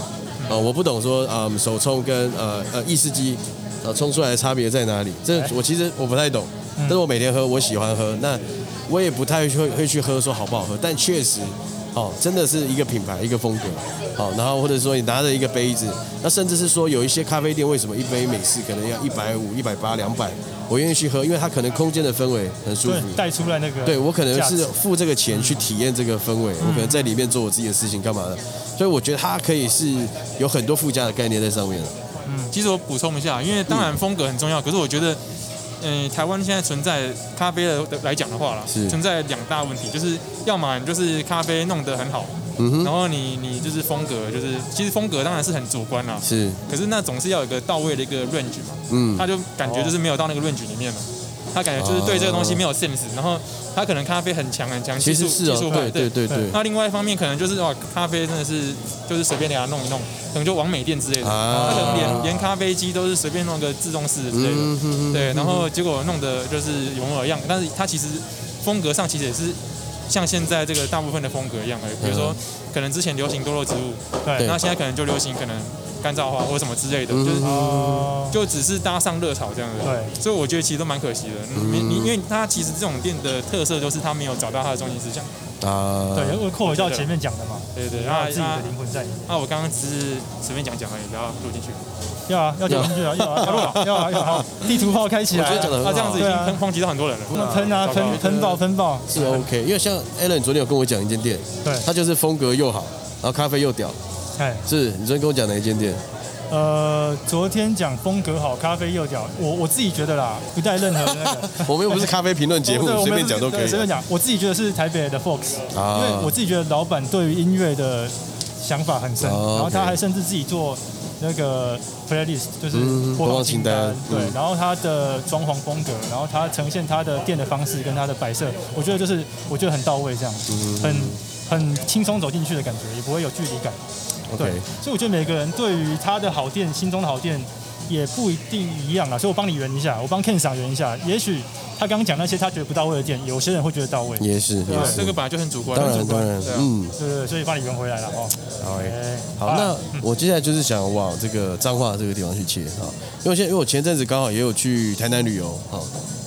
Speaker 2: 呃，我不懂说啊、呃手冲跟呃呃意式机呃冲出来的差别在哪里，这
Speaker 3: 哎嗯
Speaker 2: 我其实我不太懂，但是我每天喝，我喜欢喝，那我也不太会会去喝说好不好喝，但确实。哦，真的是一个品牌，一个风格。好、然后或者说你拿着一个杯子，那甚至是说有一些咖啡店，为什么一杯美式可能要一百五、一百八、两百，我愿意去喝，因为它可能空间的氛围很舒服
Speaker 3: 对，。带出来那个，
Speaker 2: 对我可能
Speaker 3: 价值嗯
Speaker 2: 是付这个钱去体验这个氛围，我可能在里面做我自己的事情干嘛的，所以我觉得它可以是有很多附加的概念在上面了。
Speaker 1: 其实我补充一下，因为当然风格很重要，可是我觉得，嗯、台湾现在存在咖啡的来讲的话啦，
Speaker 2: 是
Speaker 1: 存在两大问题，就是要么你就是咖啡弄得很好，
Speaker 2: 嗯哼，
Speaker 1: 然后你你就是风格，就是其实风格当然是很主观啦，
Speaker 2: 是，
Speaker 1: 可是那总是要有一个到位的一个 range 嘛，
Speaker 2: 嗯，
Speaker 1: 他就感觉就是没有到那个 range 里面了。他感觉就是对这个东西没有 sense，、然后他可能咖啡很强很强，
Speaker 2: 其
Speaker 1: 技
Speaker 2: 实
Speaker 1: 术
Speaker 2: 是
Speaker 1: 技
Speaker 2: 哦
Speaker 1: 术，派
Speaker 2: 对对对
Speaker 3: 对
Speaker 2: 对，
Speaker 1: 那另外一方面可能就是哇，咖啡真的是就是随便给他弄一弄，可能就往美店之类的，
Speaker 2: 啊
Speaker 1: 他可能连连咖啡机都是随便弄个自动式的之类的，
Speaker 2: 嗯哼哼
Speaker 1: 对，然后结果弄的就是有模有样，但是它其实风格上其实也是像现在这个大部分的风格一样而
Speaker 2: 嗯
Speaker 1: 已，比如说可能之前流行多肉植物，
Speaker 3: 对
Speaker 2: 对
Speaker 1: 那现在可能就流行可能干燥花或什么之类的，
Speaker 2: 嗯
Speaker 1: 就是
Speaker 3: 哦，
Speaker 1: 就只是搭上热潮这样子。
Speaker 3: 对
Speaker 1: 所以我觉得其实都蛮可惜的。你
Speaker 2: 嗯
Speaker 1: 你因为它其实这种店的特色就是它没有找到它的中心思想。
Speaker 2: 啊，
Speaker 3: 对，我扣回到前面讲的嘛，
Speaker 1: 对对，
Speaker 3: 然
Speaker 1: 啊
Speaker 3: 后自己
Speaker 1: 啊
Speaker 3: 的灵魂在里面。
Speaker 1: 啊，我刚刚只是随便讲讲而已，不要录进去。
Speaker 3: 要啊，要讲进去啊，要啊，要啊，要啊，要啊！地图炮开起
Speaker 2: 我
Speaker 3: 来
Speaker 2: 觉得讲
Speaker 3: 啊，
Speaker 2: 的很好，
Speaker 1: 啊，这样子已
Speaker 3: 对
Speaker 1: 经
Speaker 3: 啊
Speaker 1: 抨抨击到很多人了。
Speaker 3: 喷啊，
Speaker 1: 糟糕
Speaker 3: 喷喷爆，喷爆，
Speaker 2: 是哦 OK。因为像 Alan 昨天有跟我讲一间店，
Speaker 3: 对，
Speaker 2: 它就是风格又好，然后咖啡又屌，
Speaker 3: 哎，
Speaker 2: 是你昨天跟我讲哪一间店？
Speaker 3: 呃，昨天讲风格好，咖啡又屌，我我自己觉得啦，不带任何的那个。
Speaker 2: 我们又不是咖啡评论节目
Speaker 3: 对，我们
Speaker 2: 随便讲都可
Speaker 3: 对
Speaker 2: 以
Speaker 3: 随便讲，我自己觉得是台北的 Fox，因为
Speaker 2: 啊
Speaker 3: 我。自己觉得老板对于音乐的想法很深，
Speaker 2: 哦
Speaker 3: 然后他
Speaker 2: OK
Speaker 3: 还甚至自己做那个 playlist，就是
Speaker 2: 嗯
Speaker 3: 播
Speaker 2: 播放
Speaker 3: 放
Speaker 2: 清
Speaker 3: 清
Speaker 2: 单
Speaker 3: 单，对
Speaker 2: 嗯，
Speaker 3: 然后它的装潢风格，然后它呈现它的店的方式跟它的摆设，我觉得就是我觉得很到位，这样，
Speaker 2: 嗯
Speaker 3: 很很轻松走进去的感觉，也不会有距离感。对
Speaker 2: OK，
Speaker 3: 所以我觉得每个人对于他的好店、心中的好店也不一定一样啊。所以我帮你圆一下，我帮 Ken 赏圆一下。也许他刚刚讲那些他觉得不到位的店，有些人会觉得到位。
Speaker 2: 也是
Speaker 1: 对
Speaker 2: 也
Speaker 1: 啊，这个
Speaker 2: 是，
Speaker 1: 本来就很主观，
Speaker 2: 当
Speaker 1: 很
Speaker 2: 然
Speaker 1: 主
Speaker 2: 当
Speaker 1: 观
Speaker 2: 然
Speaker 1: 对，啊
Speaker 2: 嗯，
Speaker 3: 对对对，所以帮你圆回来了哦。
Speaker 2: 好诶。
Speaker 3: 哎
Speaker 2: 好，那我接下来就是想往这个彰化这个地方去切啊，因为我现在因为我前阵子刚好也有去台南旅游，好，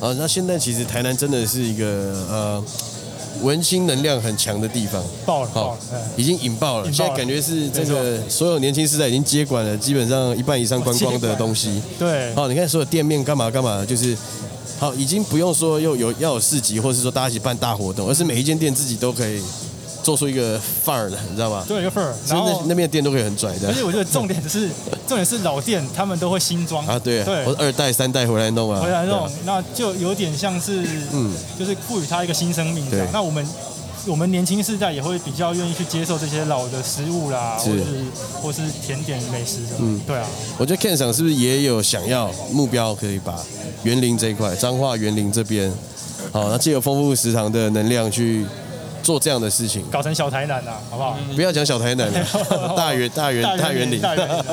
Speaker 2: 啊，那现在其实台南真的是一个呃文心能量很强的地方，
Speaker 3: 爆了爆
Speaker 2: 好
Speaker 3: 了，哎，
Speaker 2: 已经引爆了，
Speaker 3: 引爆
Speaker 2: 现
Speaker 3: 了
Speaker 2: 在感觉是这
Speaker 3: 没
Speaker 2: 个所有年轻时代已经接管了基本上一半以上观光的东西，
Speaker 3: 对，
Speaker 2: 好，你看所有店面干嘛干嘛，就是好，已经不用说又有要有市集，或是说大家一起办大活动，而是每一间店自己都可以做出一个范儿了，你知道吧？
Speaker 3: 对一个份儿。
Speaker 2: 所以
Speaker 3: 然
Speaker 2: 那
Speaker 3: 后
Speaker 2: 那，边的店都可以很拽的
Speaker 3: 而且我觉得重点是，重点是老店他们都会新装
Speaker 2: 啊，对，
Speaker 3: 对
Speaker 2: 我，二代三代回来弄啊，
Speaker 3: 回来弄
Speaker 2: 对啊，
Speaker 3: 那就有点像是，
Speaker 2: 嗯
Speaker 3: 就是赋予它一个新生命这样
Speaker 2: 对。
Speaker 3: 那我们我们年轻世代也会比较愿意去接受这些老的食物啦，
Speaker 2: 是嗯
Speaker 3: 或是或是甜点美食什么的。对啊，
Speaker 2: 我觉得 Ken 厂是不是也有想要目标，可以把园林这一块，彰化园林这边，好，那借由丰富食堂的能量去做这样的事情。
Speaker 3: 搞成小台南啊，好不好？
Speaker 2: 不要讲小台南了，大园大园
Speaker 3: 大
Speaker 2: 园林，
Speaker 3: 大园林啊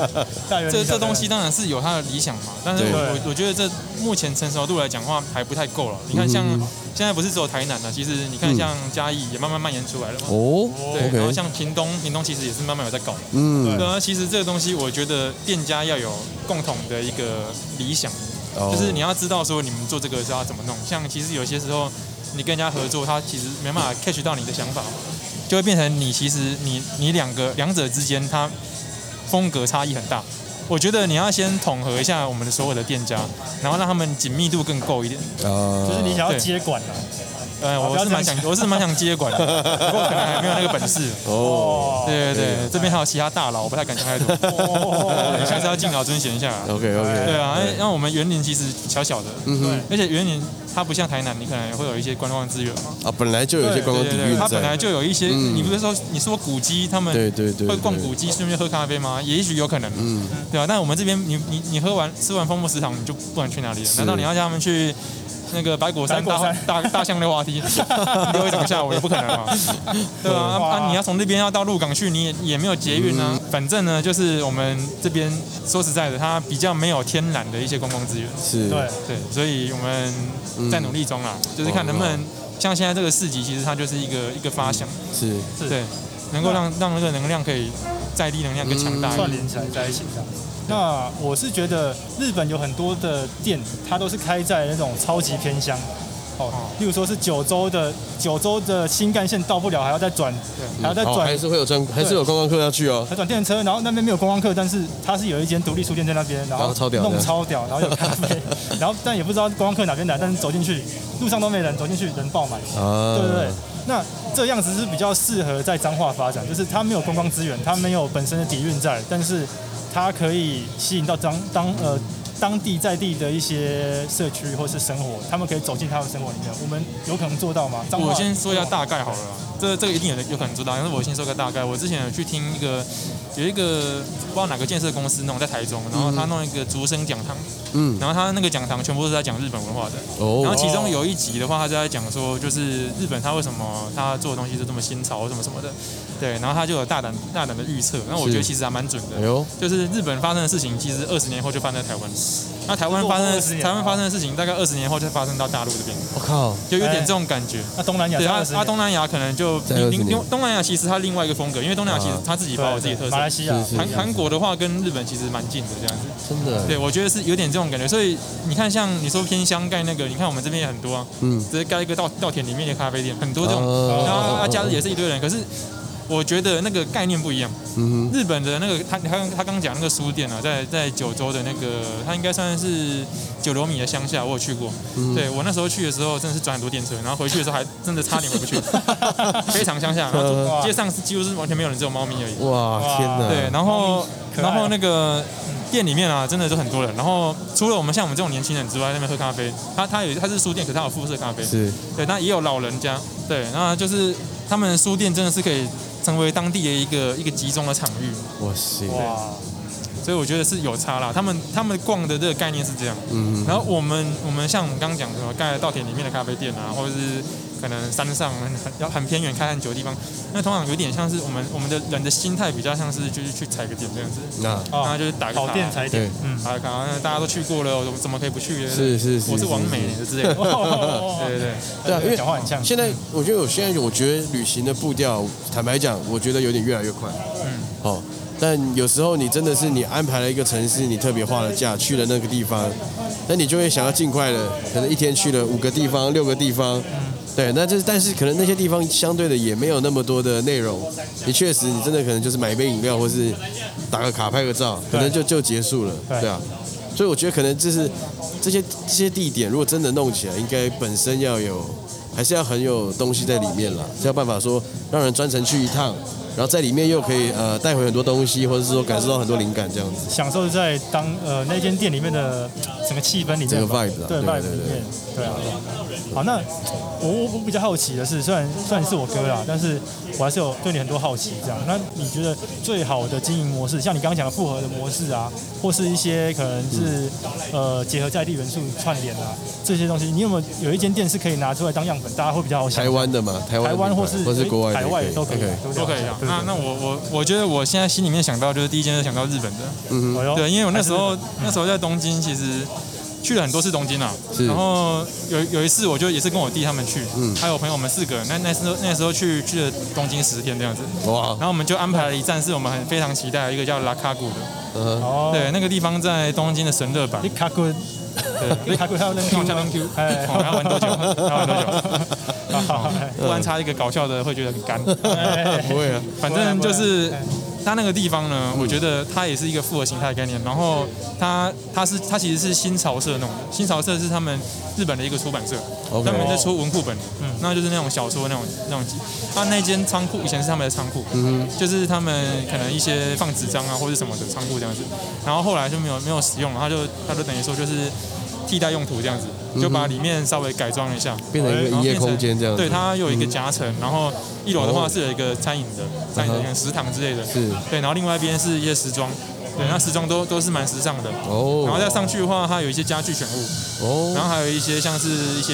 Speaker 3: 大园林
Speaker 1: 这
Speaker 3: 小台
Speaker 1: 这
Speaker 3: 南
Speaker 1: 东西当然是有它的理想嘛，但是我
Speaker 2: 对
Speaker 1: 我我觉得这目前成熟度来讲的话还不太够了。你看像
Speaker 2: 嗯
Speaker 1: 现在不是只有台南了，啊其实你看像嘉义也慢慢蔓延出来了嘛。
Speaker 2: *laughs* 哦
Speaker 1: 对，然后
Speaker 2: ，OK，
Speaker 1: 像屏东，屏东其实也是慢慢有在搞。
Speaker 2: 嗯，
Speaker 1: 对啊，其实这个东西我觉得店家要有共同的一个理想，
Speaker 2: 哦
Speaker 1: 就是你要知道说你们做这个是要怎么弄。像其实有些时候你跟人家合作，他其实没办法 catch 到你的想法，就会变成你其实你你两个两者之间它风格差异很大。我觉得你要先统合一下我们的所有的店家，然后让他们紧密度更够一点。
Speaker 2: 啊
Speaker 3: 就是你想要接管啊。
Speaker 1: 呃，
Speaker 3: 不
Speaker 1: 我
Speaker 3: 要
Speaker 1: 是
Speaker 3: 这样
Speaker 1: 蛮想，
Speaker 3: 讲
Speaker 1: 我是蛮想接管的，
Speaker 2: *laughs*
Speaker 1: 不过可能还没有那个本事。
Speaker 2: 哦
Speaker 1: 对对对，这边还有其他大佬，我不太敢讲太多。
Speaker 3: 哦
Speaker 1: 下次要敬老尊贤一下啊。
Speaker 2: ，OK OK，
Speaker 1: 对啊，那我们园林其实小小的，
Speaker 2: 嗯
Speaker 3: 对
Speaker 2: 哼，
Speaker 1: 而且园林它不像台南，你可能会有一些观光资源嘛。
Speaker 2: 啊，本来就有一些观光底蕴
Speaker 1: 它本来
Speaker 2: 在，
Speaker 1: 就有一些，
Speaker 2: 嗯
Speaker 1: 你不是说你说古迹，他们
Speaker 2: 对对对，
Speaker 1: 会逛古迹顺便喝咖啡吗？也许有可能，
Speaker 2: 嗯，
Speaker 1: 对啊。但我们这边你你你喝完吃完丰富食堂，你就不能去哪里了？
Speaker 2: 是
Speaker 1: 难道你要叫他们去那个百果山
Speaker 3: 百
Speaker 1: 大
Speaker 3: 果山
Speaker 1: 大大象溜滑梯 *laughs* 溜一整个下午？也不可能
Speaker 2: *laughs*
Speaker 1: 嘛，对啊。啊
Speaker 3: 哇
Speaker 1: 啊，你要从那边要到鹿港去，你也也没有捷运
Speaker 2: 嗯
Speaker 1: 啊。反正呢，就是我们这边说实在的，它比较没有天然的一些观光资源。
Speaker 2: 是，
Speaker 3: *laughs* 对，
Speaker 1: 对，所以我
Speaker 2: 嗯
Speaker 1: 们在努力中啦，就是
Speaker 2: 哦
Speaker 1: 看能不能像现在这个市集，其实它就是一个一个发想，
Speaker 2: 是，
Speaker 3: 是
Speaker 1: 对，能够让让那个能量可以在地能量更强
Speaker 2: 嗯
Speaker 1: 大一
Speaker 3: 串
Speaker 1: 点。
Speaker 3: 联起来在一起这样。那我是觉得日本有很多的店，它都是开在那种超级偏乡，哦，例如说是九州的九州的新干线到不了，还要再转，还
Speaker 1: 啊
Speaker 3: 要再
Speaker 2: 哦，
Speaker 3: 转
Speaker 2: 还是会有专，还是有观光客要去哦，
Speaker 3: 还转电车，然后那边没有观光客，但是它是有一间独立书店在那边，然
Speaker 2: 然后
Speaker 3: 后
Speaker 2: 超屌的
Speaker 3: 弄超屌，然后有咖
Speaker 2: *laughs*
Speaker 3: 啡，然后但也不知道观光客哪边来，但是走进去路上都没人，走进去人爆满，
Speaker 2: 啊，
Speaker 3: 对不对？那这样子是比较适合在彰化发展，就是它没有观光资源，它没有本身的底蕴在，但是它可以吸引到当当呃当地在地的一些社区或是生活，他们可以走进他们生活里面。我们有可能做到吗？彰化啊
Speaker 1: 我先说一下大概好了啦，这这个一定有有可能做到，但是我先说个大概。我之前有去听一个有一个不知道哪个建设公司弄在台中，然后他弄一个竹生讲堂，
Speaker 2: 嗯，
Speaker 1: 然后他那个讲堂全部是在讲日本文化的，然后
Speaker 2: 哦，
Speaker 1: 其中有一集的话，他就在讲说，就是日本他为什么他做的东西就这么新潮，什么什么的，对，然后他就有大胆大胆的预测，那我觉得
Speaker 2: 是
Speaker 1: 其实还蛮准
Speaker 2: 哎
Speaker 1: 的。
Speaker 2: 呦，
Speaker 1: 就是日本发生的事情，其实二十年后就发生在台湾，那台湾发生
Speaker 3: 落后
Speaker 1: 的
Speaker 3: 20年啊
Speaker 1: 台湾发生的事情，大概二十年后就发生到大陆这边，
Speaker 2: 我靠，
Speaker 1: 就有点
Speaker 3: 哎
Speaker 1: 这种感觉。
Speaker 3: 那东南亚
Speaker 1: 对，
Speaker 3: 是
Speaker 1: 他
Speaker 3: 20
Speaker 1: 他
Speaker 3: 年
Speaker 1: 东南亚可能就
Speaker 2: 在20
Speaker 1: 另
Speaker 2: 年
Speaker 1: 东南亚其实它另外一个风格，因为东南亚其实
Speaker 2: 啊
Speaker 1: 他自己
Speaker 3: 对
Speaker 1: 把我自己的特
Speaker 3: 马来
Speaker 1: 色。
Speaker 3: 西亚
Speaker 2: 是是
Speaker 1: 韩韩国的话跟日本其实蛮近的这样子。
Speaker 2: 真的，
Speaker 1: 对，我觉得是有点这种感觉。所以你看，像你说偏乡盖那个，你看我们这边也很多啊，
Speaker 2: 嗯
Speaker 1: 直接盖一个稻稻田里面的咖啡店，很多这种。
Speaker 2: 哦
Speaker 1: 然后他假日也是一堆人，可是我觉得那个概念不一样。
Speaker 2: 嗯哼，
Speaker 1: 日本的那个他他他刚讲那个书店啊，在在九州的那个，他应该算是九流米的乡下，我有去过。对我那时候去的时候，真的是转很多电车，然后回去的时候还真的差点回不去，非常乡下。然后
Speaker 3: 哇
Speaker 1: 街上是几乎是完全没有人，只有猫咪而已。
Speaker 2: 哇，天哪，
Speaker 1: 对，然后
Speaker 3: 可爱哦
Speaker 1: 然后那个店里面啊，真的就很多人。然后除了我们像我们这种年轻人之外，在那边喝咖啡，他他有他是书店，可是他有复式咖啡，
Speaker 2: 是，
Speaker 1: 对，那也有老人家，对，那就是他们书店真的是可以成为当地的一个一个集中的场域。
Speaker 2: 哇塞，
Speaker 3: 哇，
Speaker 1: 所以我觉得是有差啦。他们他们逛的这个概念是这样，
Speaker 2: 嗯，
Speaker 1: 然后我们我们像我们刚刚讲什么，刚才稻田里面的咖啡店啊，或者是可能山上很要很偏远开很久的地方，那通常有点像是我们我们的人的心态比较像是就是去踩个点这样子，
Speaker 2: 那
Speaker 1: 然后就是打个
Speaker 3: 好
Speaker 1: 卡，
Speaker 3: 哦店才点
Speaker 2: 对，
Speaker 3: 嗯，
Speaker 1: 打个卡，那大家都去过了，我怎么怎么可以不去呢？
Speaker 2: 是是是
Speaker 1: 我是王美之类的，
Speaker 3: 哦哦哦
Speaker 1: 对对对，
Speaker 2: 对啊，因为
Speaker 3: 讲话很像
Speaker 2: 现在我觉得我现在我觉得旅行的步调，坦白讲，我觉得有点越来越快。嗯，哦，但有时候你真的是你安排了一个城市，你特别画了假去了那个地方，那你就会想要尽快的，可能一天去了五个地方、六个地方。
Speaker 3: 嗯
Speaker 2: 对，那这但是可能那些地方相对的也没有那么多的内容，你确实你真的可能就是买一杯饮料或是打个卡拍个照，可能就就结束了，
Speaker 3: 对
Speaker 2: 对啊。所以我觉得可能就是这些这些地点，如果真的弄起来，应该本身要有，还是要很有东西在里面啦，才有办法说让人专程去一趟，然后在里面又可以呃带回很多东西，或者是说感受到很多灵感这样子。
Speaker 3: 享受在当呃那间店里面的整个气氛里面吧，
Speaker 2: 整个 vibe 啦
Speaker 3: 对
Speaker 2: 啊对
Speaker 3: vibe
Speaker 2: 对
Speaker 3: 里
Speaker 2: 对
Speaker 3: 面，对啊。好，那我我我比较好奇的是，虽然虽然你是我哥啊啦，但是我还是有对你很多好奇这样。那你觉得最好的经营模式，像你刚刚讲的复合的模式啊，或是一些可能
Speaker 2: 嗯
Speaker 3: 是、呃结合在地元素串联啊这些东西，你有没有有一间店是可以拿出来当样本，大家会比较好想
Speaker 2: 台湾的嘛，台湾
Speaker 3: 台
Speaker 2: 的
Speaker 3: 湾或
Speaker 2: 品牌
Speaker 3: 是
Speaker 2: 或是
Speaker 3: 诶
Speaker 2: 国外的
Speaker 3: 海
Speaker 2: 也
Speaker 3: 外
Speaker 2: 可以
Speaker 3: 都可以
Speaker 1: *laughs*
Speaker 2: OK
Speaker 1: 都可以啊。
Speaker 3: 对
Speaker 1: 那那我我我觉得我现在心里面想到就是第一件事想到日本的，
Speaker 2: 嗯
Speaker 3: 哎
Speaker 2: 哼，
Speaker 3: 呦
Speaker 1: 对，因为我那
Speaker 3: 还是
Speaker 1: 时候那时候在东京，其实去了很多次东京啊。
Speaker 2: 是
Speaker 1: 然后有有一次，我就也是跟我弟他们去，
Speaker 3: 嗯
Speaker 1: 还有朋友我们四个人。那那时候那时候去去了东京十天这样子，
Speaker 2: 哇
Speaker 1: 然，后我们就安排了一站是我们很非常期待的一个叫拉卡古的，
Speaker 2: 嗯哼，
Speaker 3: 哦，
Speaker 1: 对，那个地方在东京的神
Speaker 3: *laughs*
Speaker 1: 乐版
Speaker 3: 你，卡过 *laughs*
Speaker 1: 对，
Speaker 3: 卡过他们
Speaker 1: 往下面
Speaker 3: *laughs*
Speaker 1: Q，
Speaker 3: 哎
Speaker 1: 哦，还要玩多久？ *laughs* 还要玩多
Speaker 3: *laughs*
Speaker 1: 久？ *laughs*
Speaker 3: 好好好哎
Speaker 1: 不然插一个搞笑的会觉得很干。
Speaker 3: 哎
Speaker 2: *laughs* 不会啊，
Speaker 1: 反正就是
Speaker 3: 不会啊
Speaker 1: 它那个地方呢，我觉得它也是一个复合形态概念。然后它它是它其实是新潮社弄的，新潮社是他们日本的一个出版社，
Speaker 2: OK
Speaker 1: 他们在出文库本，那就是那种小说那种那种集。它那间仓库以前是他们的仓库，就是他们可能一些放纸张啊或者什么的仓库这样子。然后后来就没有没有使用了，他就他就等于说就是替代用途这样子，就把里面稍微改装一下。
Speaker 2: 变成一个
Speaker 1: 然后
Speaker 2: 营业
Speaker 1: 变成
Speaker 2: 空间这样子。嗯哦
Speaker 1: 对，它有一个夹层，然后一楼的话是有一个餐饮的，餐饮的
Speaker 2: 嗯哼
Speaker 1: 像食堂之类的。
Speaker 2: 是
Speaker 1: 对，然后另外一边是一些时装，对，那时装都都是蛮时尚的。
Speaker 2: 哦，
Speaker 1: 然后再上去的话，它有一些家具选物，
Speaker 2: 哦，
Speaker 1: 然后还有一些像是一些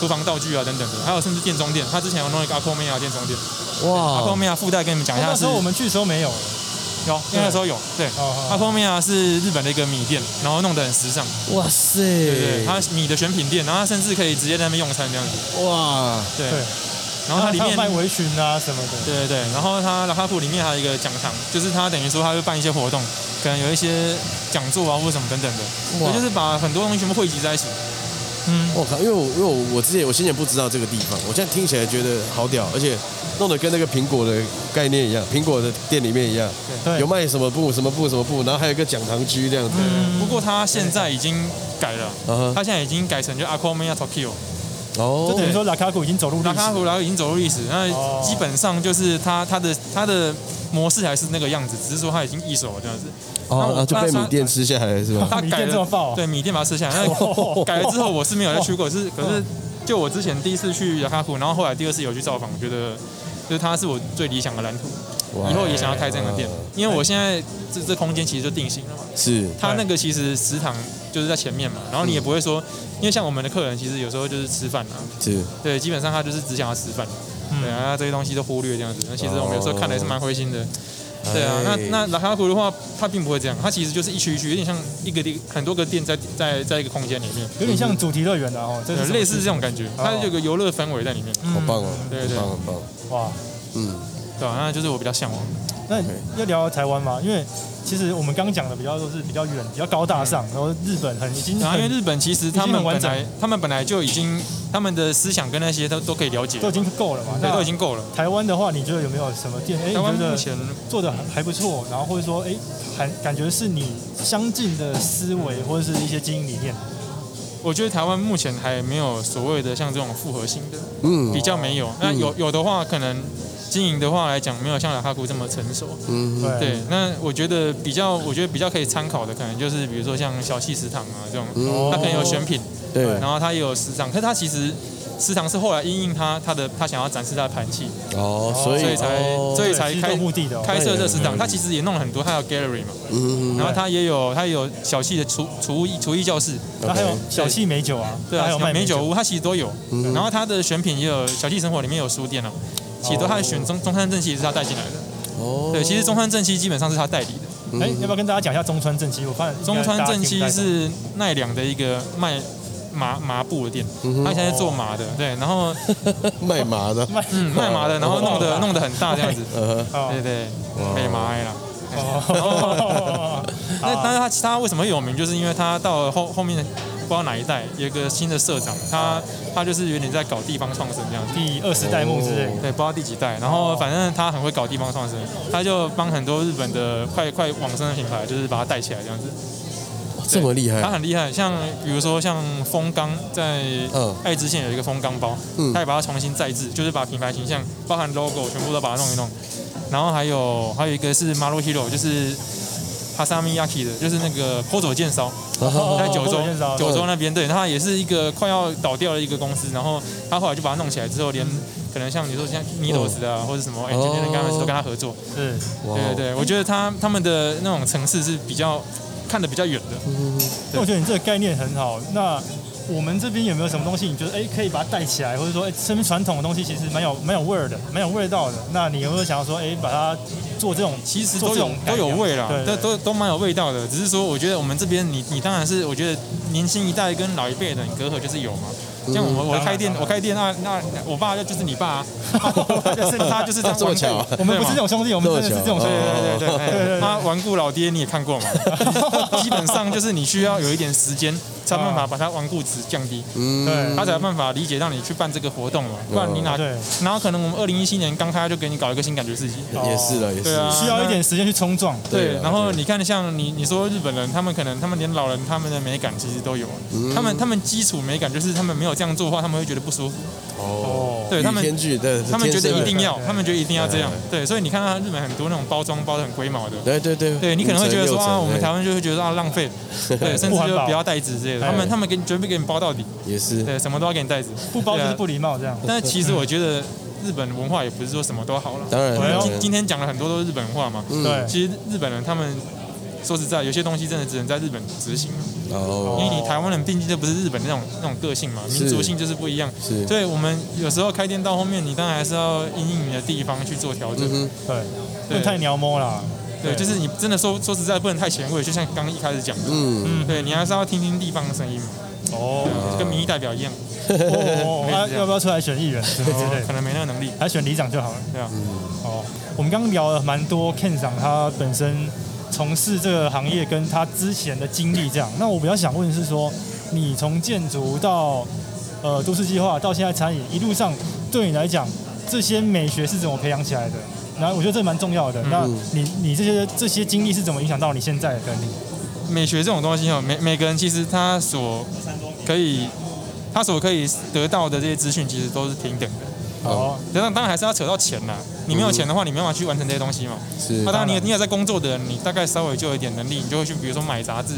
Speaker 1: 厨房道具啊等等的，还有甚至店装店，它之前有弄一个阿库梅亚店装店，
Speaker 2: 哦
Speaker 1: 阿库
Speaker 2: 哇，
Speaker 1: 梅亚附带跟你们讲一下
Speaker 3: 哦那
Speaker 1: 是
Speaker 3: 时候我们去的时候没有，
Speaker 1: 有，因为那时候有对
Speaker 3: 哦，
Speaker 1: 阿库梅亚是日本的一个米店，然后弄得很时尚，
Speaker 2: 哇塞，
Speaker 1: 对对，它米的选品店，然后它甚至可以直接在那边用餐这样子，
Speaker 2: 哇，
Speaker 1: 对
Speaker 3: 对，
Speaker 1: 然后它里
Speaker 3: 有
Speaker 1: 面
Speaker 3: 卖围裙啊什么的，
Speaker 1: 对对对，然后它拉卡库里面还有一个讲堂，就是它等于说它会办一些活动，可能有一些讲座啊或者什么等等的，所以就是把很多东西全部汇集在一起。嗯，
Speaker 2: 我靠，因为我因为我我之前我先前不知道这个地方，我现在听起来觉得好屌，而且弄得跟那个苹果的概念一样，苹果的店里面一样，
Speaker 3: 对
Speaker 2: 有卖什么布什么布什么布，然后还有一个讲堂区这样子，
Speaker 1: 不过它现在已经改了，
Speaker 2: 嗯哼，
Speaker 1: 它现在已经改成就 Aquamania Tokyo，
Speaker 3: 就
Speaker 2: 哦，
Speaker 3: 等于说拉卡古已经走入历
Speaker 1: 拉
Speaker 3: 史
Speaker 1: 卡，库然后已经走入历史，那
Speaker 3: 哦
Speaker 1: 基本上就是它它的它的模式还是那个样子，只是说它已经易手了这样子。那
Speaker 2: 哦，
Speaker 1: 我
Speaker 2: 然后就被米店吃下来
Speaker 1: *laughs*
Speaker 2: 了是吧？
Speaker 1: 它
Speaker 3: 米
Speaker 1: 改
Speaker 3: 店这么
Speaker 1: 了，
Speaker 3: 爆，啊
Speaker 1: 对米店把它吃下来，
Speaker 3: 哦
Speaker 1: 那改了之后我是没有再去
Speaker 3: *laughs*
Speaker 1: 过，是可是就我之前第一次去雅卡库，然后后来第二次有去造访，我觉得就是它是我最理想的蓝图，
Speaker 2: 哇
Speaker 1: 以后也想要开这样的店，因为我现在这这空间其实就定型了嘛，
Speaker 2: 是
Speaker 1: 它那个其实食堂就是在前面嘛，然后你也不会说，因为像我们的客人其实有时候就是吃饭啊，
Speaker 2: 是，
Speaker 1: 对，基本上他就是只想要吃饭，
Speaker 3: 嗯
Speaker 1: 对啊，那这些东西都忽略这样子，那其实我们有时候看的也是蛮灰心的。
Speaker 3: 哦
Speaker 1: 对啊，那
Speaker 2: 哎
Speaker 1: 那拉卡湖的话，它并不会这样，它其实就是一区一区，有点像一个地很多个店在在在一个空间里面，
Speaker 3: 有点像主题乐园啊，哦，这
Speaker 1: 对
Speaker 3: 是哦
Speaker 1: 类似这种感觉，它有个游乐氛围在里面，
Speaker 2: 好棒哦，
Speaker 1: 嗯对
Speaker 2: 很
Speaker 1: 对
Speaker 2: 棒很棒，
Speaker 3: 哇。
Speaker 2: 嗯，
Speaker 1: 对吧、那就是我比较向往的。
Speaker 3: 那要聊聊台湾嘛，因为其实我们刚讲的比较都是比较远、比较高大上，然后日本很已经
Speaker 1: 然后嗯啊因为
Speaker 3: 很
Speaker 1: 日本其实他们
Speaker 3: *laughs* 已经很完
Speaker 1: 本
Speaker 3: 整
Speaker 1: 来他们本来就已经他们的思想跟那些都都可以了解，
Speaker 3: 都已经够了嘛，
Speaker 1: 对
Speaker 3: 那
Speaker 1: 都已经够了。
Speaker 3: 台湾的话，你觉得有没有什么店？哎，你
Speaker 1: 台湾
Speaker 3: 觉
Speaker 1: 目
Speaker 3: 得
Speaker 1: 前
Speaker 3: 做的还不错，然后或者说，哎，还感觉是你相近的思维或者是一些经营理念，
Speaker 1: 我觉得台湾目前还没有所谓的像这种复合型的，
Speaker 2: 嗯
Speaker 1: 比较没有。那有有的话，可能经营的话来讲，没有像雅哈库这么成熟。
Speaker 2: 嗯
Speaker 3: 对
Speaker 1: 对，那我觉得比较，我觉得比较可以参考的，可能就是比如说像小气食堂啊这种，
Speaker 2: 嗯
Speaker 1: 它可能有选品，
Speaker 2: 对
Speaker 1: 然后它也有食堂，可是它其实食堂是后来因应他他的他想要展示他的盘器，
Speaker 2: 哦，所以
Speaker 1: 所以才
Speaker 2: 哦
Speaker 1: 所以
Speaker 3: 对
Speaker 1: 才
Speaker 3: 是
Speaker 1: 开
Speaker 3: 有目的的哦
Speaker 1: 开设这食堂。他其实也弄了很多，他有 gallery 嘛，
Speaker 2: 嗯，
Speaker 1: 然后他也有他也有小系的厨厨艺厨艺教室，
Speaker 3: 那还有
Speaker 2: OK
Speaker 3: 小气美酒啊，
Speaker 1: 对
Speaker 3: 它
Speaker 1: 啊
Speaker 3: 还有，卖
Speaker 1: 美
Speaker 3: 酒
Speaker 1: 酒屋他其实都有。
Speaker 2: 嗯
Speaker 1: 然后他的选品也有小气生活里面有书店啊，其实都他的选中中山正气也是他带进来的。
Speaker 2: 哦，
Speaker 1: 对，其实中川正七基本上是他代理的。
Speaker 3: 哎、要不要跟大家讲一下中川正七？我发现
Speaker 1: 中川正
Speaker 3: 七
Speaker 1: 七是奈良的一个卖麻麻布的店，他以前是做麻的，对，然后
Speaker 2: 卖麻的，
Speaker 3: 卖
Speaker 1: 嗯卖麻的，然后弄得弄得很大这样子，
Speaker 2: 呃，
Speaker 3: 哦
Speaker 1: 对对，美麻呀。 *laughs*
Speaker 3: 哦，
Speaker 1: 那
Speaker 3: 好
Speaker 1: 但是他他为什么会有名，就是因为他到了后后面不知道哪一代有一个新的社长，他他就是有点在搞地方创生这样子。
Speaker 3: 第二十代目之类，
Speaker 1: 对，不知道第几代，然后反正他很会搞地方创生，他就帮很多日本的快快网生的品牌，就是把它带起来这样子。
Speaker 2: 哦这么厉
Speaker 1: 他
Speaker 2: 害，
Speaker 1: 很厉
Speaker 3: 嗯
Speaker 1: 害，像比如说像风缸在
Speaker 2: 嗯
Speaker 1: 爱知县有一个风缸包，
Speaker 2: 嗯
Speaker 1: 他也把它重新再制，就是把品牌形象包含 logo 全部都把它弄一弄。然后还有还有一个是 Maru Hiro，就是哈萨米亚 i 的，就是那个坡佐剑烧，
Speaker 3: 哦
Speaker 1: 在九州
Speaker 3: 坡佐剑烧
Speaker 1: 九州那边，对，它也是一个快要倒掉的一个公司，然后他后来就把它弄起来之后，连可能像你说像 Needles 啊，
Speaker 3: 嗯
Speaker 1: 或者什么，哎，今天
Speaker 3: 哦
Speaker 1: 跟他们都跟他合作，
Speaker 3: 是
Speaker 2: 哇
Speaker 1: 对对
Speaker 3: 哦
Speaker 1: 对，我觉得他他们的那种层次是比较看得比较远的。
Speaker 3: 那我觉得你这个概念很好。那我们这边有没有什么东西，你觉得哎、可以把它带起来，或者说哎、身边传统的东西其实蛮有蛮有味儿的，蛮有味道的？那你有没有想要说哎、把它做这种
Speaker 1: 其实
Speaker 3: 做
Speaker 1: 都
Speaker 3: 这
Speaker 1: 有
Speaker 3: 种改
Speaker 1: 都有
Speaker 3: 良
Speaker 1: 味啦
Speaker 3: 对，
Speaker 1: 都都
Speaker 3: 对
Speaker 1: 都蛮有味道的。只是说，我觉得我们这边你你当然是，我觉得年轻一代跟老一辈的隔阂就是有嘛。
Speaker 2: 嗯
Speaker 1: 像我我
Speaker 3: 当然
Speaker 1: 开店
Speaker 3: 当然
Speaker 1: 我开店那那我爸就是你爸啊，他就是他 *laughs* 就是这样
Speaker 2: 这么
Speaker 1: 顽固
Speaker 2: 巧啊
Speaker 1: 对嘛
Speaker 3: 我们不是这种兄哦弟，我们真的是这种兄
Speaker 1: 对
Speaker 3: 弟。
Speaker 1: 对对对
Speaker 3: 对 *laughs*
Speaker 1: 对，
Speaker 3: 对
Speaker 1: 他顽固老爹你也看过嘛， *laughs* 基本上就是你需要有一点时间，才有办
Speaker 3: 啊
Speaker 1: 法把他顽固值降低，
Speaker 2: 嗯
Speaker 3: 对
Speaker 1: 他才有办法理解让你去办这个活动嘛，不然你哪
Speaker 3: 对
Speaker 1: 哪有可能我们二零一七年刚开就给你搞一个新感觉刺激？
Speaker 2: 也是了，也
Speaker 1: 对
Speaker 2: 是
Speaker 1: 啊，
Speaker 3: 需要一点时间去冲撞。
Speaker 2: 对
Speaker 1: 对
Speaker 2: 啊，
Speaker 1: 然后你看，像你你说日本人，他们可能他们连老人他们的美感其实都有，
Speaker 2: 嗯
Speaker 1: 他们他们基础美感就是他们没有这样做的话，他们会觉得不舒服，
Speaker 2: 哦，
Speaker 1: 对他们
Speaker 2: 与天剧对，
Speaker 1: 他们觉得
Speaker 2: 天生
Speaker 1: 一
Speaker 2: 的
Speaker 1: 定要
Speaker 3: 对，
Speaker 1: 他们觉得一定要这样，对，所以你看到日本很多那种包装包的很龟毛的，
Speaker 2: 对对对，嗯
Speaker 1: 对你可能会觉得说
Speaker 2: 五层
Speaker 1: 啊，我们
Speaker 2: 对
Speaker 1: 台湾就会觉得啊浪费，
Speaker 2: *laughs*
Speaker 1: 对，甚至
Speaker 3: 不环
Speaker 1: 就
Speaker 3: 保
Speaker 1: 不要袋子之类的，他们
Speaker 2: 哎
Speaker 1: 他们给你绝对给你包到底，
Speaker 2: 也是，
Speaker 1: 对，什么都要给你袋子，
Speaker 3: 不包就是
Speaker 1: 对啊
Speaker 3: 不礼貌这样。
Speaker 1: 但其实我觉得日本文化也不是说什么都好了，
Speaker 2: 当然嗯
Speaker 1: 我们
Speaker 3: 哎呦
Speaker 1: 今今天讲了很多都是日本文化嘛，
Speaker 2: 哎
Speaker 3: 对，
Speaker 1: 其实日本人他们说实在，有些东西真的只能在日本执行。
Speaker 2: 哦，
Speaker 1: 因为你台湾人毕竟就不是日本那种那种个性嘛，
Speaker 2: 是
Speaker 1: 民族性就是不一样。
Speaker 2: 是
Speaker 1: 所以我们有时候开店到后面，你当然还是要因应你的地方去做调整。
Speaker 2: 嗯
Speaker 3: 对，不
Speaker 1: 对
Speaker 3: 能太鸟摸啦。
Speaker 1: 对，就是你真的说说实在，不能太前卫，就像刚刚一开始讲的。
Speaker 2: 嗯，
Speaker 3: 嗯，
Speaker 1: 对你还是要听听地方的声音嘛，
Speaker 3: 哦
Speaker 2: 啊
Speaker 1: 对跟民意代表一样，
Speaker 3: 哦哦，哦
Speaker 1: 可以
Speaker 3: 啊
Speaker 1: 这样
Speaker 3: 要不要出来选 *laughs* 议员之类的
Speaker 1: 可？能没那个能力，
Speaker 3: 还选里长就好了。
Speaker 1: 对啊。
Speaker 2: 嗯
Speaker 3: 哦，我们刚刚聊了蛮多 Ken 长他本身从事这个行业跟他之前的经历这样。那我比较想问的是说，你从建筑到呃都市计划到现在餐饮一路上，对你来讲这些美学是怎么培养起来的？然后我觉得这蛮重要的。那你你这些这些经历是怎么影响到你现在的能力？
Speaker 1: 美学这种东西哦，每每个人其实他所可以他所可以得到的这些资讯，其实都是平等的。
Speaker 3: 哦，
Speaker 1: 当然，当然还是要扯到钱啦。你没有钱的话，你没办法去完成这些东西嘛。
Speaker 2: 是
Speaker 1: 那、当然你，你有在工作的人，你大概稍微就有一点能力，你就会去，比如说买杂志、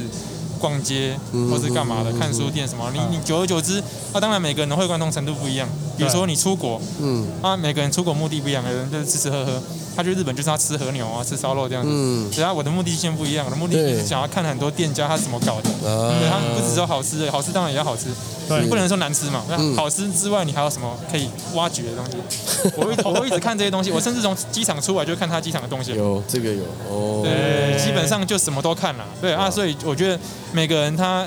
Speaker 1: 逛街，或是干嘛的，看书店什么。你你久而久之，那、当然每个人的会贯通程度不一样。比如说你出国，
Speaker 2: 嗯
Speaker 1: 啊，每个人出国目的不一样，有人就是吃吃喝喝，他去日本就是要吃和牛啊，吃烧肉这样子。
Speaker 2: 嗯
Speaker 1: 只要我的目的性不一样，我的目的
Speaker 2: 对
Speaker 1: 是想要看很多店家他是怎么搞的。对，它
Speaker 2: 啊，
Speaker 1: 不只有好吃而已，好吃当然也要好吃，
Speaker 3: 对
Speaker 1: 你不能说难吃嘛。那好吃之外，你还有什么可以挖掘的东 *laughs* 西？我会我会一直看这些东西，我甚至从机场出来就看他机场的东西。
Speaker 2: 有这个有哦，
Speaker 1: 对，
Speaker 3: 哎
Speaker 1: 基本上就什么都看了。对啊，所以我觉得每个人他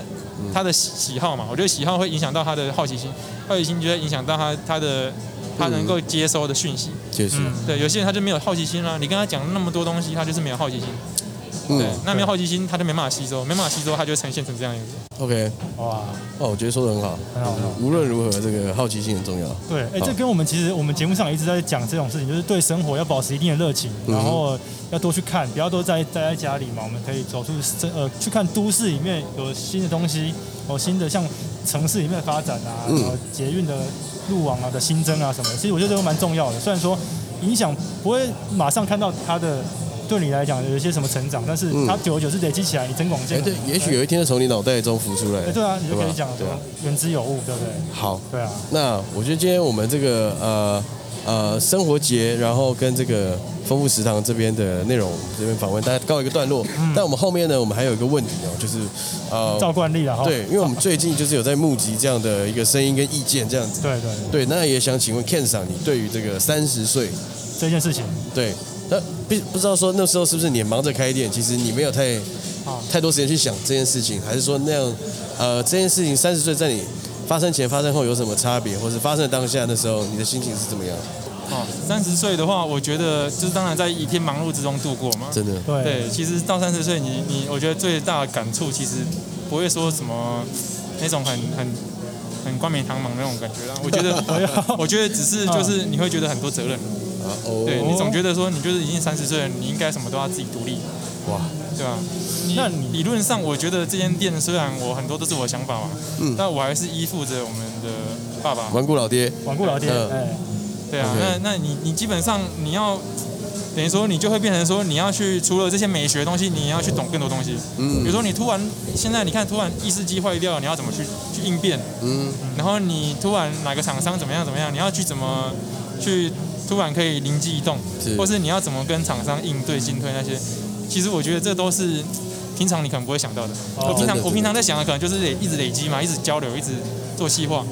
Speaker 1: 他的喜喜好嘛，我觉得喜好会影响到他的好奇心，好奇心就会影响到他他的他能够接收的讯息。
Speaker 2: 确实，
Speaker 1: 对，有些人他就没有好奇心啦、你跟他讲那么多东西，他就是没有好奇心。对
Speaker 2: 嗯，
Speaker 1: 那没有好奇心，他就没办法吸收，没办法吸收，他就会呈现成这样样子。
Speaker 2: ，OK，
Speaker 3: 哇，
Speaker 2: 哦，我觉得说的很好，
Speaker 3: 很好很好。
Speaker 2: 无论如何，这个好奇心很重要，
Speaker 3: 对，哎、
Speaker 2: 好
Speaker 3: 这跟我们其实我们节目上一直在讲这种事情，就是对生活要保持一定的热情，
Speaker 2: 嗯哼
Speaker 3: 然后要多去看，不要都在待在家里嘛。我们可以走出这呃，去看都市里面有新的东西，有新的像城市里面的发展啊，
Speaker 2: 嗯
Speaker 3: 然后捷运的路网啊的新增啊什么的，其实我觉得这都蛮重要的。虽然说影响不会马上看到它的对你来讲有一些什么成长，但是它久而久之累积起来，你增广
Speaker 2: 嗯哎，
Speaker 3: 见
Speaker 2: 对
Speaker 3: 闻。，
Speaker 2: 也许有一天就从你脑袋中浮出来
Speaker 3: 哎，。对啊，你就可以讲
Speaker 2: 对吧对啊哦
Speaker 3: 言之有物，对不对？
Speaker 2: 好，
Speaker 3: 对啊，
Speaker 2: 那我觉得今天我们这个呃呃生活节，然后跟这个丰富食堂这边的内容我们这边访问，大家告一个段落。但我们后面呢，我们还有一个问题哦，就是
Speaker 3: 照
Speaker 2: 呃，
Speaker 3: 惯例了哈。
Speaker 2: 对，因为我们最近就是有在募集这样的一个声音跟意见这样子。
Speaker 3: 对对，
Speaker 2: 对，那也想请问 Ken 上，你对于这个三十岁，
Speaker 3: 这件事情
Speaker 2: 对，那不不知道说那时候是不是你忙着开店，其实你没有太
Speaker 3: 啊，
Speaker 2: 太多时间去想这件事情，还是说那样，呃，这件事情三十岁在你发生前、发生后有什么差别，或是发生的当下的时候，你的心情是怎么样？
Speaker 1: 哦，三十岁的话，我觉得就是当然在一片忙碌之中度过嘛。
Speaker 2: 真的，
Speaker 3: 对
Speaker 1: 对，其实到三十岁，你你我觉得最大的感触，其实不会说什么那种很很很冠冕堂皇那种感觉啦。我觉得，我觉得只是就是你会觉得很多责任，
Speaker 2: 啊
Speaker 1: 对
Speaker 2: 哦，
Speaker 1: 你总觉得说你就是已经三十岁了，你应该什么都要自己独立，
Speaker 2: 哇，
Speaker 1: 对吧？
Speaker 3: 那
Speaker 1: 你
Speaker 3: 你
Speaker 1: 理论上，我觉得这间店虽然我很多都是我的想法嘛，但我还是依附着我们的爸爸。
Speaker 2: 顽固老爹，
Speaker 3: 罔顾老爹，
Speaker 2: 嗯
Speaker 3: 哎，
Speaker 1: 对啊，
Speaker 2: OK
Speaker 1: 那那你你基本上你要等于说你就会变成说你要去除了这些美学的东西，你要去懂更多东西。
Speaker 2: 嗯
Speaker 1: 比如说你突然现在你看突然意识机坏掉，你要怎么去去应变？
Speaker 2: 嗯，
Speaker 1: 然后你突然哪个厂商怎么样怎么样，你要去怎么去突然可以灵机一动，
Speaker 2: 是
Speaker 1: 或是你要怎么跟厂商应对进退那些，其实我觉得这都是平常你可能不会想到的。我
Speaker 3: 哦
Speaker 1: 平
Speaker 2: 真的
Speaker 1: 常我
Speaker 2: 真的
Speaker 1: 平常在想的可能就是累一直累积嘛，一直交流，一直做细化。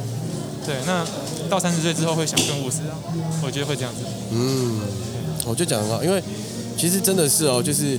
Speaker 1: 对，那到三十岁之后会想更务实啊，我觉得会这样子。
Speaker 2: 嗯，我就讲得很好，因为其实真的是哦，就是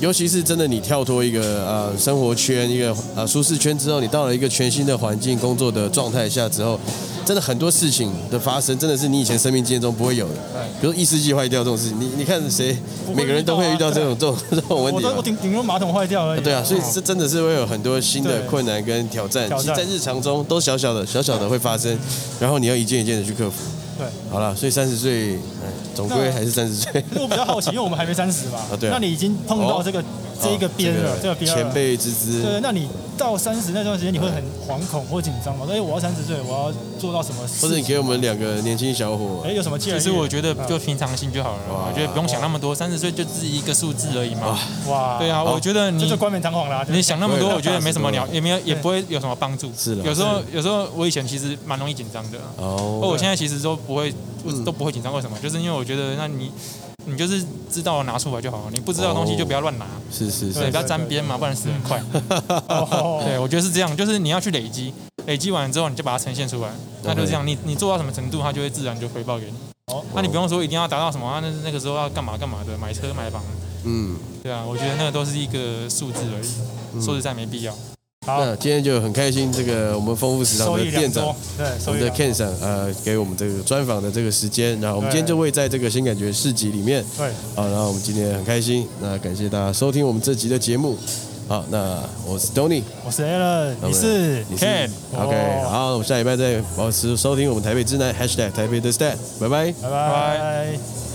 Speaker 2: 尤其是真的你跳脱一个呃生活圈、一个呃舒适圈之后，你到了一个全新的环境、工作的状态下之后，真的很多事情的发生，真的是你以前生命经验中不会有的。比如说意识机坏掉这种事情，你你看谁，
Speaker 3: 哎不会
Speaker 2: 每
Speaker 3: 遇到啊
Speaker 2: 个人都会遇到这种这种这种问
Speaker 3: 我
Speaker 2: 题
Speaker 3: 都
Speaker 2: 嘛。
Speaker 3: 我顶顶多马桶坏掉而已。哦
Speaker 2: 对啊，所以这真的是会有很多新的
Speaker 3: 对
Speaker 2: 困难跟挑战，
Speaker 3: 挑
Speaker 2: 其实
Speaker 3: 战
Speaker 2: 在日常中都小小的、小小的会发生，然后你要一件一件的去克服。
Speaker 3: 对，
Speaker 2: 好了，所以三十岁，哎总归
Speaker 3: 那
Speaker 2: 还是三十岁。
Speaker 3: 因为我比较好奇，因为我们还没三十嘛，
Speaker 2: 啊对哦啊
Speaker 3: 那你已经碰到这个这一个边了，这个边
Speaker 2: 哦前
Speaker 3: 了。
Speaker 2: 辈之资，
Speaker 3: 对，那你到三十那段时间，你会很惶恐或紧张吗？哎，我要三十岁，我要做到什么事？
Speaker 2: 或者你给我们两个年轻小伙
Speaker 3: 哎，，有什么建议？
Speaker 1: 其实我觉得就平常心就好了，
Speaker 2: 哇
Speaker 1: 我觉得不用想那么多，三十岁就只是一个数字而已嘛。
Speaker 3: 哇，
Speaker 1: 对啊，
Speaker 2: 好
Speaker 1: 我觉得
Speaker 3: 这
Speaker 1: 你
Speaker 2: 嗯
Speaker 3: 就冠冕堂皇啦。
Speaker 1: 你想那么多，我觉得没什么鸟，
Speaker 2: 对
Speaker 1: 也没有也不会有什么帮助。
Speaker 2: 是啦
Speaker 1: 有时候有时候我以前其实蛮容易紧张的，不过
Speaker 2: 哦，嗯
Speaker 1: 我现在其实都不会，我都不会紧张。为什么？就是因为我觉得，那你你就是知道拿出来就好，你不知道的东西就不要乱拿，
Speaker 2: 是是
Speaker 1: 对，
Speaker 2: 是
Speaker 1: 不，要沾边嘛，不然死得很快。
Speaker 2: *laughs*
Speaker 3: 哦
Speaker 2: 啊
Speaker 1: 对，我觉得是这样，就是你要去累积，累积完之后你就把它呈现出来，那就这样，你你做到什么程度，它就会自然就回报给你。
Speaker 3: 哦
Speaker 1: 那你不用说一定要达到什么啊，那那个时候要干嘛干嘛的，买车买房，
Speaker 2: 嗯，
Speaker 1: 对啊，我觉得那个都是一个数字而已，说实在没必要。
Speaker 3: 好，
Speaker 2: 那今天就很开心，这个我们丰富食堂
Speaker 3: 收
Speaker 2: 的
Speaker 3: 益
Speaker 2: 店
Speaker 3: 良
Speaker 2: 长
Speaker 3: 多。，对，
Speaker 2: 我
Speaker 3: 收
Speaker 2: 们
Speaker 3: 益
Speaker 2: 的
Speaker 3: 良多
Speaker 2: Ken 上，呃，给我们这个专访的这个时间，然后我们今天就会在这个新感觉市集里面，
Speaker 3: 对，
Speaker 2: 好，然后我们今天很开心，那感谢大家收听我们这集的节目，好，那我是 Tony，
Speaker 3: 我是 Alan，
Speaker 2: 那我
Speaker 3: 你
Speaker 2: 们
Speaker 3: 是
Speaker 2: 你是
Speaker 1: Ken
Speaker 2: OK，
Speaker 3: 哦
Speaker 2: 好，我们下礼拜再保持收听我们台北之南 Hashtag 台北的 Stat，拜拜。
Speaker 3: 拜拜。